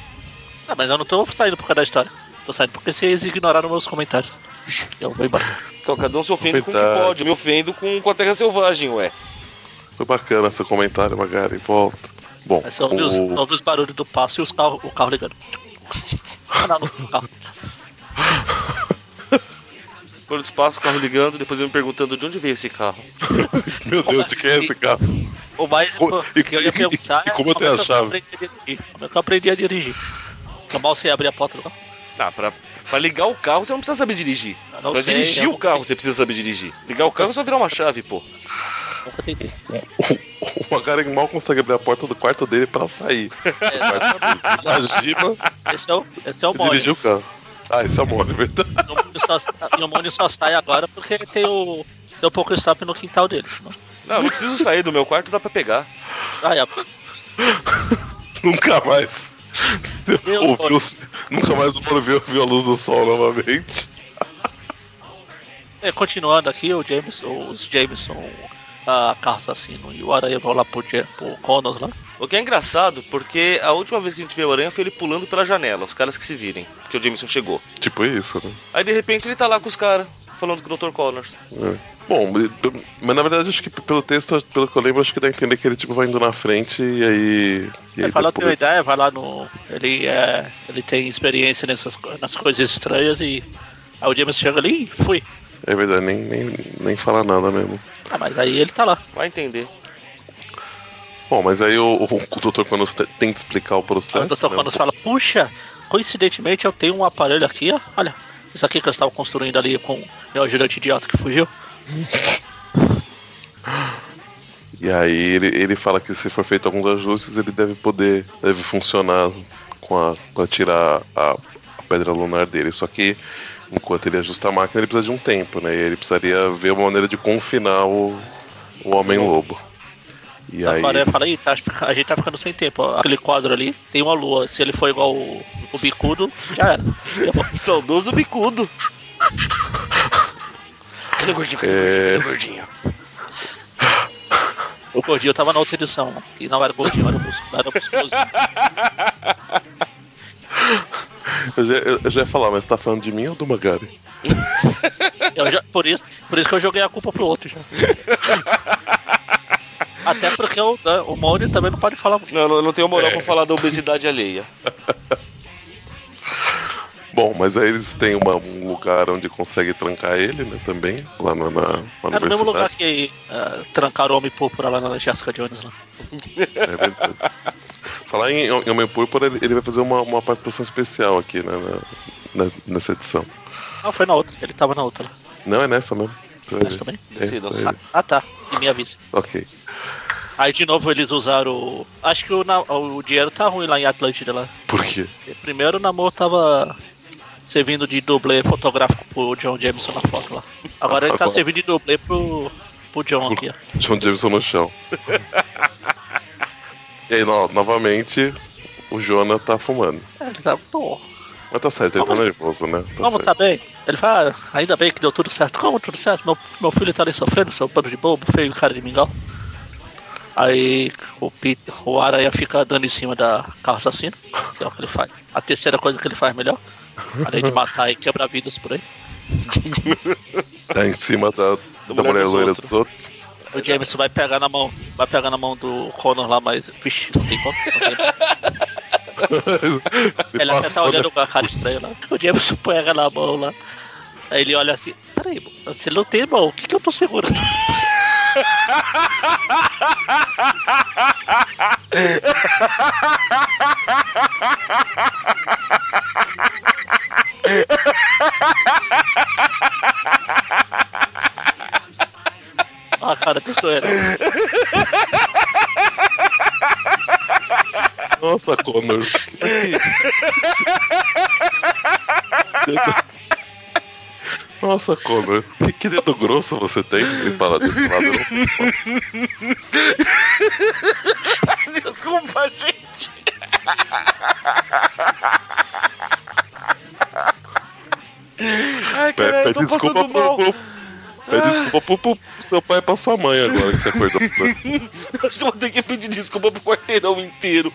Ah, mas eu não tô saindo por causa da história. Tô saindo porque vocês ignoraram meus comentários. Eu vou embora. Então cada um se ofende com o que Coitado. pode, eu me ofendo com, com a Terra Selvagem, ué. Foi bacana seu comentário, Magari. Volta. Bom, Aí É só ouvi, os, só um o... ouvi os barulhos do passo e os carro, o carro ligando. Ah, não, não, o carro. Por espaço, o carro ligando, depois eu me perguntando de onde veio esse carro. meu Deus, de quem é esse carro? O mais é Co- e- que eu ia e- perguntar e como eu tenho a é chave? como é que eu aprendi a dirigir. Como é que eu aprendi a dirigir? Que mal sei abrir a porta do carro. Ah, pra, pra ligar o carro você não precisa saber dirigir. Eu não pra sei, dirigir eu o carro você precisa saber dirigir. Ligar o carro é só virar uma chave, pô. Nunca tentei. O Magari mal consegue abrir a porta do quarto dele pra sair. Imagina É. Esse é o, esse é o Mônio. dirigir o carro. Ah, esse é o Mônio, é verdade. O Mônio só, e o Mônio só sai agora porque tem o. Tem o pouco stop no quintal dele. senão- Não, não preciso sair do meu quarto, dá pra pegar. Ah, é. Nunca mais. Meu Ouviu, nunca mais o Mônio viu, viu a luz do sol novamente. É, continuando aqui, o Jameson, os Jameson, a carro assassino e o Aranha vão lá pro, Ja- pro Connors lá. O que é engraçado, porque a última vez que a gente viu o Aranha foi ele pulando pela janela, os caras que se virem, porque o Jameson chegou. Tipo isso, né? Aí de repente ele tá lá com os caras, falando com o Dr. Connors. É. Bom, mas na verdade acho que pelo texto, pelo que eu lembro, acho que dá a entender que ele tipo vai indo na frente e aí. E aí Ele falou que uma depois... ideia, vai lá no. Ele, é, ele tem experiência nessas co- nas coisas estranhas e. Aí o Jameson chega ali e fui. É verdade, nem, nem, nem fala nada mesmo. Ah, mas aí ele tá lá. Vai entender. Bom, mas aí o, o, o Dr. Connors te- tem que explicar o Aí processo. Ah, o Dr. né? Connors fala, puxa, coincidentemente eu tenho um aparelho aqui, ó. Olha, isso aqui que eu estava construindo ali com meu ajudante idiota que fugiu. E aí ele, ele fala que se for feito alguns ajustes, ele deve poder, deve funcionar com a, com a tirar a, a pedra lunar dele. Só que enquanto ele ajusta a máquina, ele precisa de um tempo, né? E ele precisaria ver uma maneira de confinar o, o Uhum. Homem-Lobo. E Aí aí. o Aranha ele- fala, "Ih, tá, a gente tá ficando sem tempo. ó. Aquele quadro ali tem uma lua. Se ele for igual o, o bicudo, já era. Saudoso bicudo. Cadê o gordinho? Cadê o gordinho? Cadê o gordinho? O gordinho tava na outra edição, né? que não era gordinho, era musculoso. Era musculoso. eu, já, eu- eu já ia falar, mas você tá falando de mim ou do Magari? Eu já- por, isso, por isso que eu joguei a culpa pro outro já. Até porque o, né, o Mauri também não pode falar muito. Não, eu não tenho É. moral pra falar da obesidade alheia. Bom, mas aí eles têm uma- um lugar onde consegue trancar ele, né? Também, lá na, na, na É no mesmo lugar universidade. que ah, trancaram o Homem Púrpura lá na Jessica Jones. Lá. É verdade. Falar em, em Homem Púrpura, ele, ele vai fazer uma, uma participação especial aqui, né? na- na- nessa edição. Não, foi na outra. Ele tava na outra. lá. Não, é nessa mesmo. Tu vai Nessa ver. também? É, Decidam. tu vai ver. Ah, tá. E me avisa. Ok. Aí de novo eles usaram. o- Acho que o, na- o dinheiro tá ruim lá em Atlântida lá. Por quê? Primeiro o namoro tava servindo de dublê fotográfico pro John Jameson na foto lá. Agora ele tá Agora. servindo de dublê pro, pro John aqui, ó. John Jameson no chão. e aí, no- novamente, o Jonah tá fumando. É, Ele tá, pô, Mas tá certo, ele tá Como- nervoso, né? Tá como certo. tá bem? Ele fala, ah, ainda bem que deu tudo certo. Como tudo certo? Meu, meu filho tá ali sofrendo, seu bando de bobo, feio cara de mingau. Aí o, Peter, o Aranha fica dando em cima da carro assassino, que é o que ele faz. A terceira coisa que ele faz melhor, além de matar e quebrar vidas por aí. Tá em cima da, da mulher mulher dos loira outros. dos outros. O Jameson vai pegar na mão, vai pegar na mão do Connor lá, mas. Vixe, não tem como. Não tem ele Ele até tá passou, né? olhando com a cara estranha lá. O Jameson põe ela na mão lá. Aí ele olha assim, peraí, mo- você não tem mão, o que, que eu tô segurando? Ah, cara, que doendo. Nossa, Connor. Nossa, Connor, que, que dedo grosso você tem? Ele fala desse lado. eu É, não tenho. Desculpa, gente. Ai, Pede, caralho, eu pede tô desculpa passando pro, mal. pro, pede desculpa pro, pro seu pai e pra sua mãe agora que você acordou. Acho que eu vou ter que pedir desculpa pro quarteirão inteiro.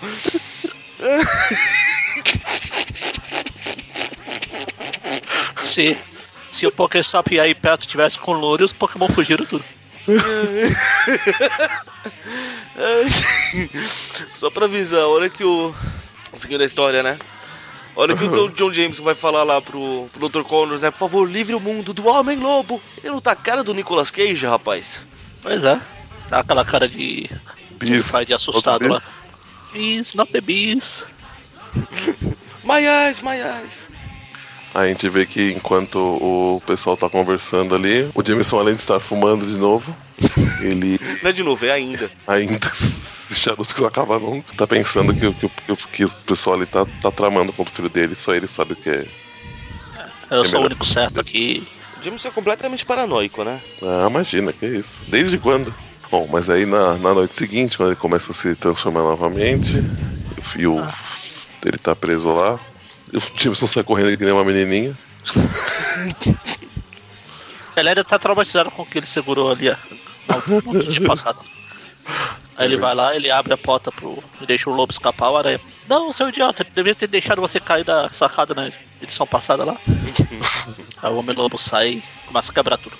Se, se o Pokéstop aí perto tivesse com louro, os Pokémon fugiram tudo. Ai, Só pra avisar, olha que o. Seguindo a história, né? Olha que o Tom- John Jameson vai falar lá pro, pro Dr. Connors, né? Por favor, livre o mundo do Homem-Lobo. Ele não tá a cara do Nicolas Cage, rapaz. Pois é. Tá aquela cara de. Bis. Pai de assustado lá. Bis. Bees, not the bees. My eyes, my eyes. A gente vê que enquanto o pessoal tá conversando ali, o Jameson, além de estar fumando de novo, ele Não é de novo, é ainda. ainda. Esse charuto que não acaba nunca. Tá pensando que, o- que, o- que o pessoal ali tá, tá tramando contra o filho dele, só ele sabe o que é. Eu sou o É melhor. único certo aqui. O Jameson é completamente paranoico, né? Ah, imagina, que isso. Desde quando? Bom, mas aí na, na noite seguinte, quando ele começa a se transformar novamente, e o, ele tá preso lá, e o Jameson sai correndo que nem uma menininha. Ele ainda tá traumatizado com o que ele segurou ali ó, no no dia passado. Aí ele vai lá, ele abre a porta pro. e deixa o lobo escapar, o aranha. Não, seu idiota, eu devia ter deixado você cair da sacada na edição passada lá. Aí o homem lobo sai e começa a quebrar tudo.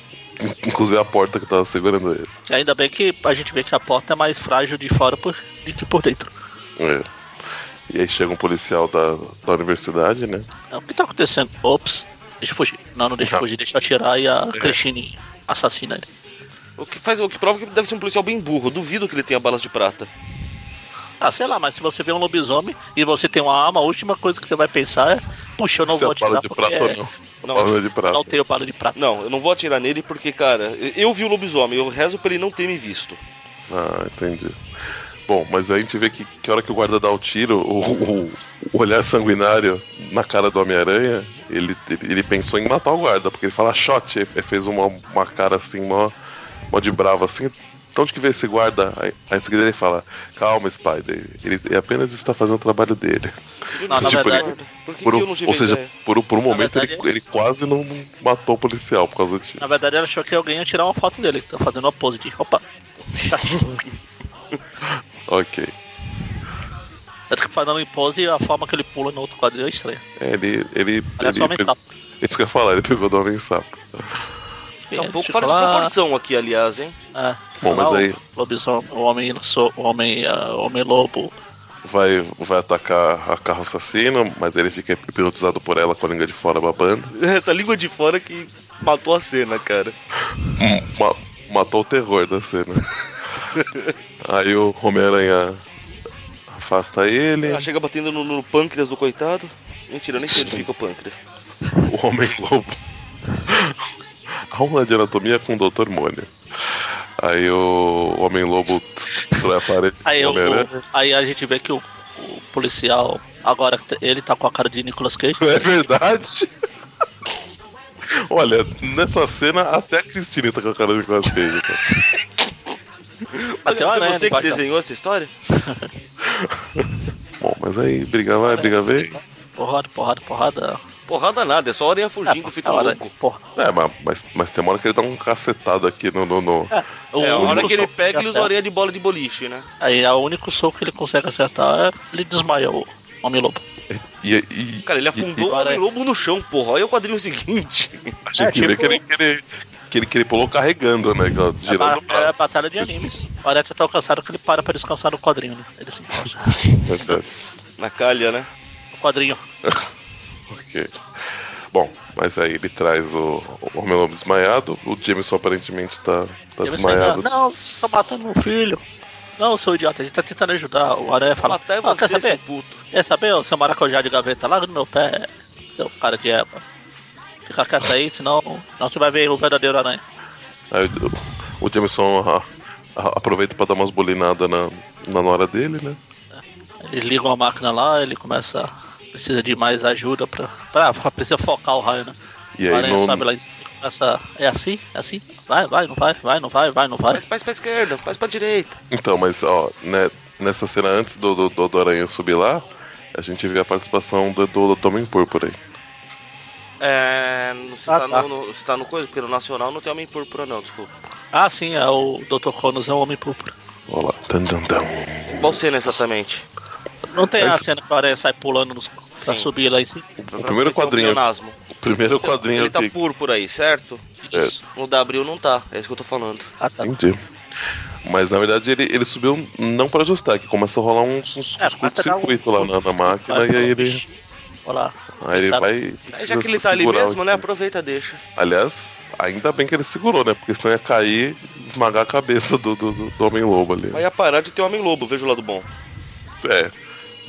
Inclusive a porta que tava segurando ele. E ainda bem que a gente vê que a porta é mais frágil de fora por- do que por dentro. É. E aí chega um policial da, da universidade, né? É, O que tá acontecendo? Ops, deixa eu fugir. Não, não deixa eu Tá. É. fugir, deixa eu atirar e a Cristine assassina ele. O que faz, o que prova que deve ser um policial bem burro. Duvido que ele tenha balas de prata. Ah, sei lá, mas se você vê um lobisomem e você tem uma arma, a última coisa que você vai pensar é: puxa, eu não Se vou é bala atirar de porque prata ou não. Não, Bala de prata. não tenho bala de prata. Não, eu não vou atirar nele porque, cara, eu vi o lobisomem, eu rezo pra ele não ter me visto. Ah, entendi. Bom, mas aí a gente vê que, que hora que o guarda dá o tiro, o, o- o olhar sanguinário na cara do Homem-Aranha, ele, ele, ele pensou em matar o guarda, porque ele fala shot, ele fez uma, uma cara assim, mó, mó de bravo assim. Então de que veio esse guarda? Aí, aí em seguida ele fala, calma, Spider, ele, ele apenas está fazendo o trabalho dele. Não, na Tipo, ele- verdade, Por que, Por que um- eu não tive ou seja, ideia? por, um- por um momento verdade, é ele, ele quase não matou o policial por causa do tiro. na verdade, ela achou que alguém ia tirar uma foto dele, tá fazendo uma pose de. Opa! Ok. Tanto que falando tá em pose, a forma que ele pula no outro quadril é estranha. Ele. ele, Aliás, ele é só homem pe- sapo. Isso que eu ia falar, ele pegou do Homem Sapo. que Tá um pouco ficou fora de lá, proporção aqui, aliás, hein? É, Bom, mas lá o aí- lobisomem- o homem, so- o homem, ah, o homem lobo. Vai, vai atacar a carro assassino, mas ele fica hipnotizado por ela com a língua de fora babando. Essa língua de fora que matou a cena, cara. Ma- matou o terror da cena. Aí o Homem-Aranha afasta ele, Ela chega batendo no, no pâncreas do coitado. Mentira, eu nem sei onde fica o pâncreas. o Homem-Lobo. Aula de anatomia com o Dr. Mônio. Aí o Homem-Lobo destrói a parede Aí, do eu, Homem-Aranha. aí a gente vê que o, o policial, agora ele tá com a cara de Nicolas Cage. É verdade. Olha, nessa cena até a Cristina tá com a cara de Nicolas Cage. cara. Até o Foi aranha você né, que embaixo da- desenhou essa história? Bom, mas aí, briga vai, briga vem. Porrada, porrada, porrada. Ah, Porrada nada, é só a aranha fugindo, fica hora, louco. Porra. É, mas, mas, mas tem uma hora que ele dá um cacetado aqui no. no, no- O É, a único hora que ele soco pega, ele usa a acerta- aranha de bola de boliche, né? Aí é o único soco que ele consegue acertar, é- ele desmaia o Homem-Lobo. E, e, Cara, ele e- afundou e- é- o homem-lobo no chão, porra. Olha o quadrinho seguinte. Tinha É, que ver tipo- que ele, que, ele, que, ele, que ele pulou carregando, né? que, ó, É, Girando ba o é a braço. batalha de animes. O Aranha tá tão cansado que ele para pra descansar no quadrinho, né? Ele se encosta é, Na calha, né? no quadrinho. Tá Ok. Bom, mas aí ele traz o, o Homem-Lobo desmaiado. O Jameson aparentemente tá, tá Ele vai desmaiado. sair, Não, vocês estão matando meu filho. Não, seu idiota, a gente tá tentando ajudar. O Aranha fala, Matar é "Ah, quer você, saber? seu puto. Quer saber, ô, seu maracujá de gaveta, larga no meu pé, seu cara de erva. Fica quieto aí, senão, senão você vai ver o verdadeiro aranha. Aí o- o, Jameson ah, ah, aproveita pra dar umas bolinadas na, na nora dele, né? Eles ligam a máquina lá, ele começa. Precisa de mais ajuda pra. pra, pra- precisa focar o raio, né? E o aí aranha não- sobe lá e começa. É assim? É assim? Vai, vai, não vai, vai, não vai, vai, não vai. Faz, faz pra esquerda, faz pra direita. Então, mas ó, né, nessa cena antes do, do, do, do Aranha subir lá, a gente vê a participação do, do, do Tomem Púrpura aí. É. Você, Ah, tá tá. No, no- você tá no coisa? Porque no Nacional não tem homem púrpura, não, desculpa. Ah, sim, é o Dr. Cronos é o homem púrpura. Olha lá. Tan, tan, tan. Qual cena exatamente? Não tem a Antes- cena que o aranha sai pulando nos, pra Sim. subir lá em cima. O primeiro quadrinho, é Nasmo. o primeiro quadrinho um Ele tá que... púrpura aí, certo? É. Isso. No da Abril não tá, é isso que eu tô falando. Ah, tá. Entendi. Mas na verdade ele, ele subiu não pra ajustar, que começa a rolar uns, uns, É, uns começa a dar um- curto-circuito lá na, na máquina e aí ele, Olha lá. aí ele Sabe? vai. Aí, já que ele precisa tá ali segurar um o- mesmo, né? Aproveita, deixa. Aliás, ainda bem que ele segurou, né? Porque senão ia cair e esmagar a cabeça do, do, do- do Homem-Lobo ali. Aí ia parar de ter homem lobo, veja o lado bom. É.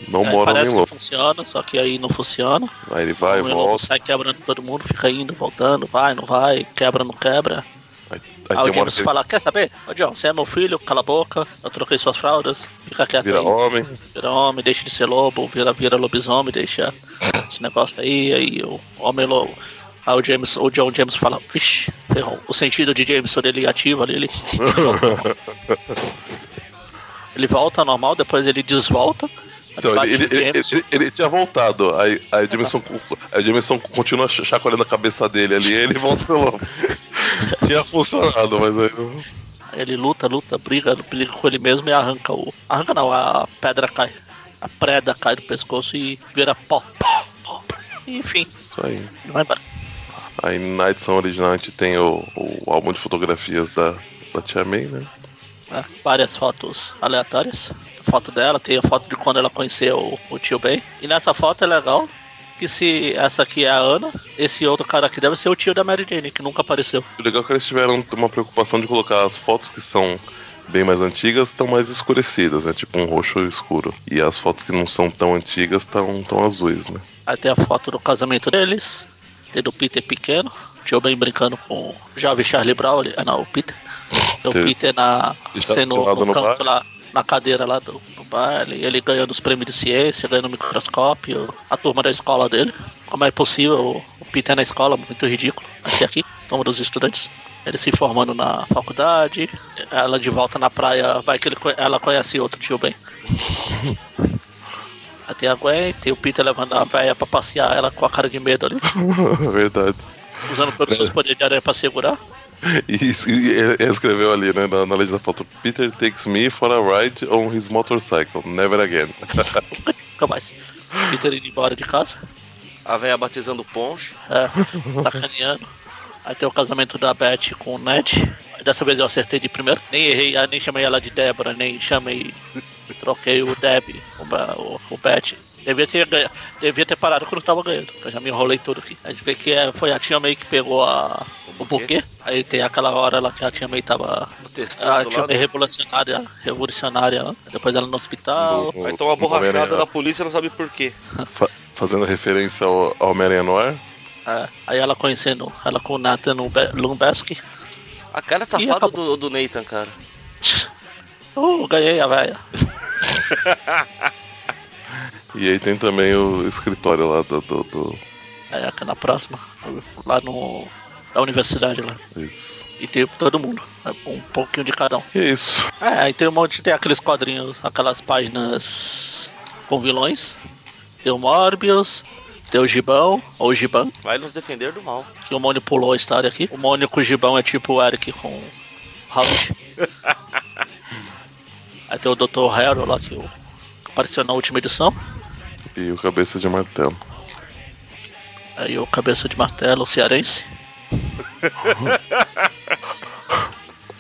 Não É, mora o parece que Homem-Lobo. funciona, só que aí não funciona. Aí ele vai, o Homem-Lobo volta. sai quebrando todo mundo, fica indo, voltando, vai, não vai, quebra, não quebra. Aí, aí Aí o tem uma hora James que ele fala, quer saber? Ô John, você é meu filho, cala a boca, eu troquei suas fraldas, fica quieto vira aí, homem. vira homem, deixa de ser lobo, vira, vira lobisomem, deixa esse negócio aí, aí o homem lobo. Aí o James, o John James fala, vixe, ferrou. O sentido de Jameson dele ativa ali, ele. ele volta ao normal, depois ele desvolta. Então, bate ele, no ele, ele, Jameson. ele- ele tinha voltado. Aí, aí, o Jameson, co- aí o Jameson continua ch- chacoalhando a cabeça dele ali e ele volta o celular. tinha funcionado, mas aí. não- Aí Ele luta, luta, briga, briga com ele mesmo e arranca o. Arranca não, a pedra cai. A preda cai do pescoço e vira pó. pó, pó. Enfim, Isso aí. ele vai embora. Aí na edição original a gente tem o, o álbum de fotografias da, da Tia May, né? né? Várias fotos aleatórias. A foto dela, tem a foto de quando ela conheceu o, o tio Ben. E nessa foto é legal que se essa aqui é a Ana, esse outro cara aqui deve ser o tio da Mary Jane, que nunca apareceu. O legal é que eles tiveram uma preocupação de colocar as fotos que são bem mais antigas estão mais escurecidas, né? Tipo um roxo escuro. E as fotos que não são tão antigas estão tão azuis, né? Aí tem a foto do casamento deles, tem do Peter pequeno, tio Ben brincando com o jovem Charlie Brown, ali- ah não, o Peter. Tem o Teve- Peter na, Deixado sendo de lado no no canto bar. lá, na cadeira lá do, do baile, ele ganhando os prêmios de ciência, ganhando o microscópio, a turma da escola dele. Como é possível o- o Peter é na escola, muito ridículo, até aqui, turma dos estudantes. Ele se formando na faculdade, ela de volta na praia, vai que ele, co- ela conhece outro tio Ben. Aí tem a Gwen, tem o Peter levando a véia pra passear ela com a cara de medo ali, É Verdade. usando todos os seus poderes de aranha pra segurar. E, e ele escreveu ali, né, na, na legenda da foto: Peter takes me for a ride on his motorcycle, never again. Nunca mais. Peter indo embora de casa, A véia batizando o Ponche. é, sacaneando. Aí tem o casamento da Beth com o Ned. Dessa vez eu acertei de primeiro. Nem errei, ah, nem chamei ela de Débora, nem chamei. Troquei o Deb, o, Ba- o, o Beth. Devia ter, ganha- devia ter parado quando eu tava ganhando, que eu já me enrolei tudo aqui. A gente vê que é, foi a Tia May que pegou a, O o buquê. buquê. Aí tem aquela hora lá que a Tia May tava. Ah, A Testando Tia lá. May revolucionária, revolucionária lá. Depois ela no hospital. Do- Aí toma uma do Homem-Aranha borrachada da Noir. polícia, não sabe por quê. Fa- Fazendo referência ao ao Homem-Aranha Noir. É, aí ela conhecendo, ela com o Nathan Lumbe- Lumbeski. A cara Ih, safada do, acabou. do Nathan, cara. Uh, ganhei a velha. E aí tem também o escritório lá do. do- do- Aí aqui É, na próxima, lá no. Na universidade lá. Isso. E tem todo mundo. é, Um pouquinho de cada um. E é isso. É, aí tem um monte, tem aqueles quadrinhos, aquelas páginas com vilões. Tem o Morbius, tem o Gibão, ou o Gibão, Vai nos defender do mal. que o Mônio pulou a história aqui. O Mônio com o Gibão é tipo o Eric com o Halt. aí tem o Dr. Harrow lá que o- que apareceu na última edição. E o Cabeça de Martelo. Aí o cabeça de martelo, o cearense.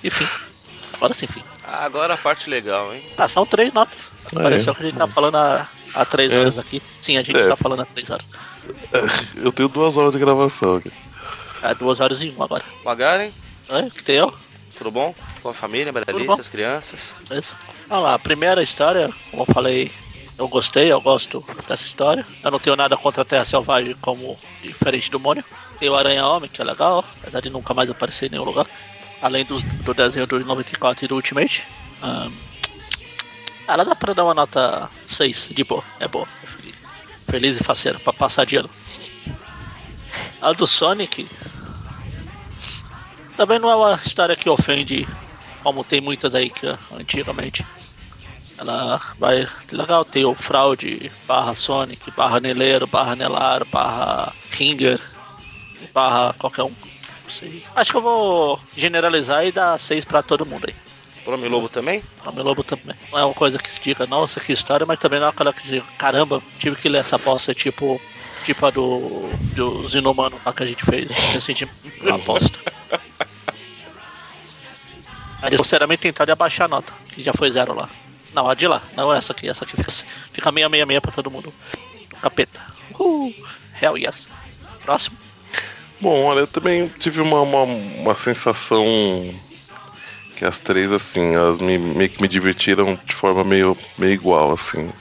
Enfim. Agora sim, enfim. Ah, Agora a parte legal, hein? Ah, são três notas. Aí. Pareceu que a gente tá falando há, há três É. horas aqui. Sim, a gente É. tá falando há três horas. Eu tenho duas horas de gravação aqui. Há duas horas e um agora. Magaren, É, que tem eu? tudo bom? Com a família, bom. Bradalice, as crianças. É isso. Olha lá, a primeira história, como eu falei, eu gostei, eu gosto dessa história. Eu não tenho nada contra a Terra Selvagem como diferente do Mônio. Tem o Aranha Homem, que é legal, apesar de nunca mais aparecer em nenhum lugar. Além dos- do desenho do 94 e do Ultimate. Ahn, ela dá pra dar uma nota 6 de boa. É boa. é feliz. Feliz e faceira, pra passar de ano. A do Sonic também não é uma história que ofende, como tem muitas aí que ah, antigamente. Ela vai legal, tem o fraude, barra Sonic, barra Neleiro, barra Nelar, barra Ringer, barra qualquer um. Não sei. Acho que eu vou generalizar e dar 6 pra todo mundo aí. O Homem Lobo também? Homem Lobo também. Não é uma coisa que se diga, nossa, que história, mas também não é aquela que se diga, caramba, tive que ler essa bosta, tipo, tipo a do, do Zinomano lá que a gente fez recentemente. Uma bosta. Aí eles sinceramente tentaram abaixar a nota, que já foi zero lá. Não, a de lá, não essa aqui, essa aqui fica, fica meia, meia, meia pra todo mundo. Capeta. Uhul, hell yes. Próximo. Bom, olha, eu também tive uma, uma, uma sensação que as três, assim, elas me, meio que me divertiram de forma meio, meio igual, assim.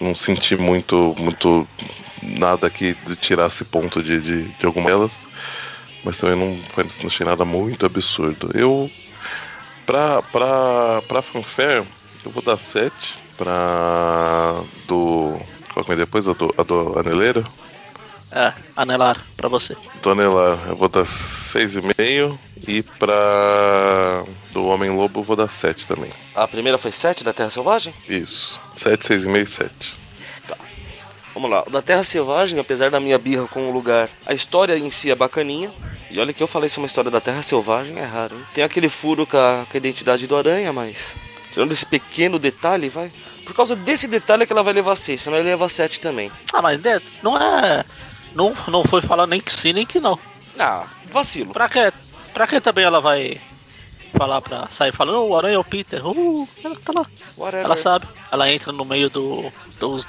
Não senti muito, muito nada que tirasse ponto de, de, de alguma delas, mas também não, foi- não achei nada muito absurdo. Eu, pra, pra, pra fanfare, eu vou dar 7 pra do... Qual que é depois? A do, a do Aneleira? É, anelar pra você. Tonela, eu vou dar 6,5 e pra do Homem-Lobo eu vou dar 7 também. A primeira foi 7 da Terra Selvagem? Isso. 7, 6,5 e 7. Vamos lá. O da Terra Selvagem, apesar da minha birra com o lugar, a história em si é bacaninha. E olha que eu falei sobre uma história da Terra Selvagem, é raro, hein? Tem aquele furo com a, com a identidade do Aranha, mas. Tirando esse pequeno detalhe, vai. Por causa desse detalhe é que ela vai levar 6, senão ela leva 7 também. Ah, mas né, não é. Não, não foi falar nem que sim, nem que não. Ah, vacilo. Pra que, pra que também ela vai falar pra sair falando, "Oh, o Aranha é o Peter, uh, ela tá lá. Whatever. Ela sabe. Ela entra no meio do, dos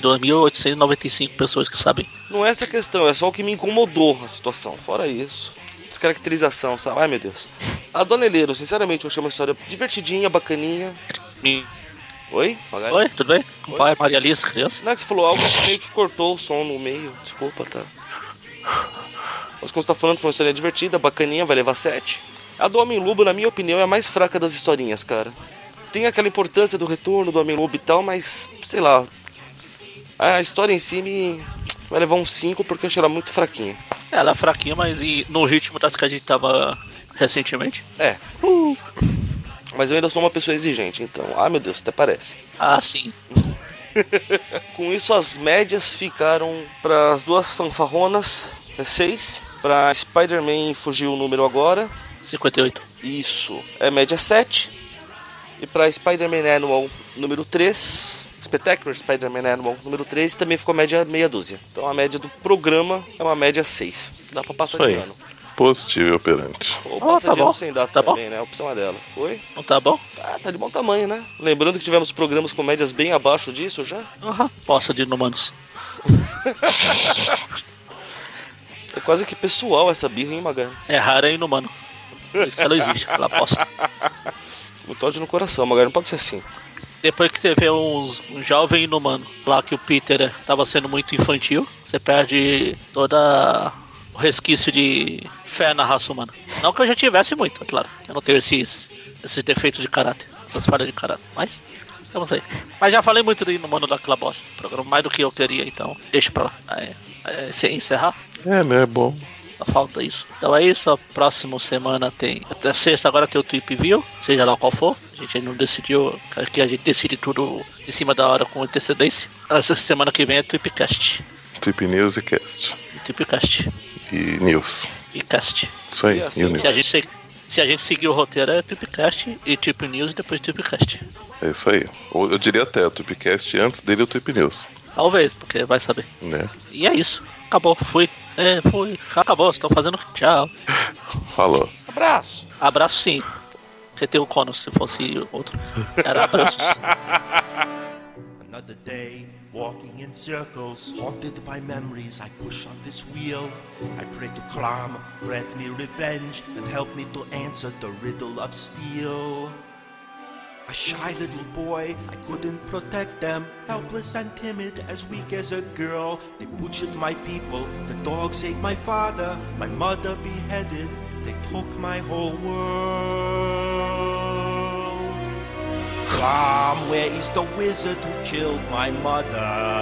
2.272.895 pessoas que sabem. Não é essa a questão, é só o que me incomodou a situação. Fora isso. Descaracterização, sabe? Ai meu Deus. A Dona Eleiro, sinceramente, eu achei uma história divertidinha, bacaninha. Me- Oi? Magari? É. Oi, tudo bem? Com o pai, Maria Alice, criança. Não, é que você falou algo que meio que cortou o som no meio. Desculpa, tá? Mas como você tá falando, foi uma história divertida, bacaninha, vai levar 7. A do Homem-Lobo, na minha opinião, é a mais fraca das historinhas, cara. Tem aquela importância do retorno do Homem-Lobo e tal, mas, sei lá. A história em si me vai levar um 5 porque eu achei ela muito fraquinha. Ela é fraquinha, mas e no ritmo das que a gente tava recentemente. É. Uh, Mas eu ainda sou uma pessoa exigente, então. Ah, meu Deus, até parece. ah, sim. Com isso, as médias ficaram para as duas fanfarronas, 6. Para Spider-Man fugiu o número agora, 58. Isso. É média 7. E pra Spider-Man Annual número 3, Spectacular Spider-Man Animal número 3 também ficou média meia dúzia. Então a média do programa é uma média 6. Dá pra passar Isso de aí. ano. Positivo e operante. Ou Ah, passa tá de ano bom. sem dar Tá também, né? A opção é dela. Oi? Não tá bom? Tá, tá de bom tamanho, né? Lembrando que tivemos programas com médias bem abaixo disso já. Aham. Poça de inumanos. É quase que pessoal essa birra, hein, Magano? É rara e inumano. Por isso que ela existe, aquela poça. Um toque no coração, Magano. Não pode ser assim. Depois que você vê uns, um jovem inumano lá que o Peter eh, tava sendo muito infantil, você perde toda o resquício de fé na raça humana. Não que eu já tivesse muito, é claro. que Eu não tenho esses, esses defeitos de caráter, essas falhas de caráter. Mas, vamos aí. Mas já falei muito do inumano daquela bosta. do Programa mais do que eu queria, então deixa pra lá. Aí, aí, sem encerrar. É, né? É bom. Só falta isso. Então é isso. A próxima semana tem. Até sexta agora tem o Tweep View, seja lá qual for. A gente ainda não decidiu. Aqui a gente decide tudo em cima da hora com antecedência. Ah, Essa semana que vem é Tweepcast. Tip Tipo, News e Cast. Tweepcast. E News. E cast. Isso aí. E E, assim, o News. Se a gente, se- se a gente seguir o roteiro é Tweepcast e Tweep News e depois Tweepcast. É isso aí. Ou eu diria até o Tipcast antes dele o Tip News. Talvez, porque vai saber. Né? E é isso. Acabou. Fui. É, fui. Acabou. Estão fazendo. Tchau. Falou. Abraço! Abraço sim. Porque tem o Conos, se fosse outro. Era abraços. Another day, walking in circles, haunted by memories. I push on this wheel. I pray to Clam, grant me revenge, and help me to answer the riddle of steel. A shy little boy, I couldn't protect them. Helpless and timid, as weak as a girl. They butchered my people, the dogs ate my father, my mother beheaded. They took my whole world. Come, where is the wizard who killed my mother?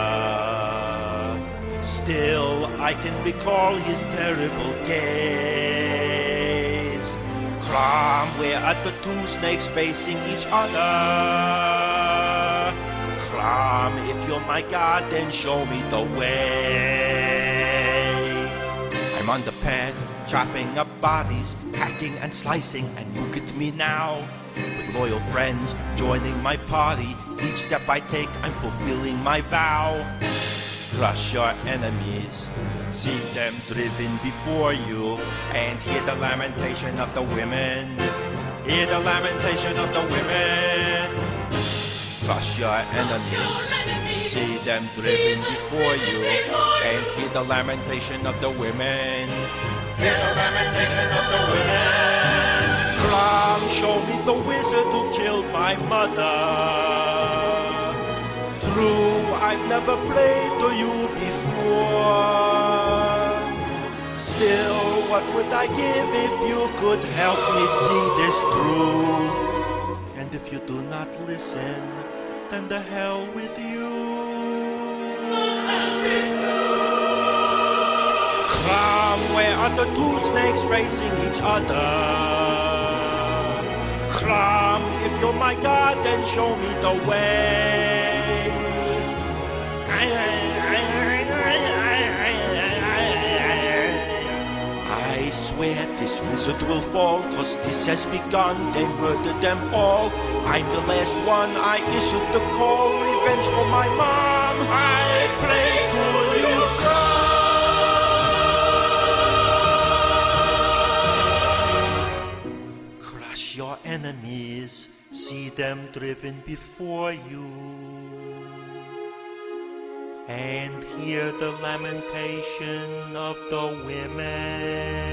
Still, I can recall his terrible gaze. Crom, where are the two snakes facing each other? Crom, if you're my god, then show me the way. I'm on the path, chopping up bodies, hacking and slicing, and look at me now. With loyal friends joining my party, each step I take, I'm fulfilling my vow. Crush your enemies, see them driven before you, and hear the lamentation of the women. Hear the lamentation of the women. Crush your enemies. See them driven before you. And hear the lamentation of the women. Hear the lamentation of the women. Clown, show me the wizard who killed my mother. True, I've never played to you before. Still, what would I give if you could help me see this through? And if you do not listen, then the hell with you. Clown, where are the two snakes facing each other? Clown, if you're my god, then show me the way. I swear this wizard will fall, cause this has begun. They murdered them all. I'm the last one, I issued the call. Revenge for my mom. I pray to you, Crush your enemies, see them driven before you. And hear the lamentation of the women.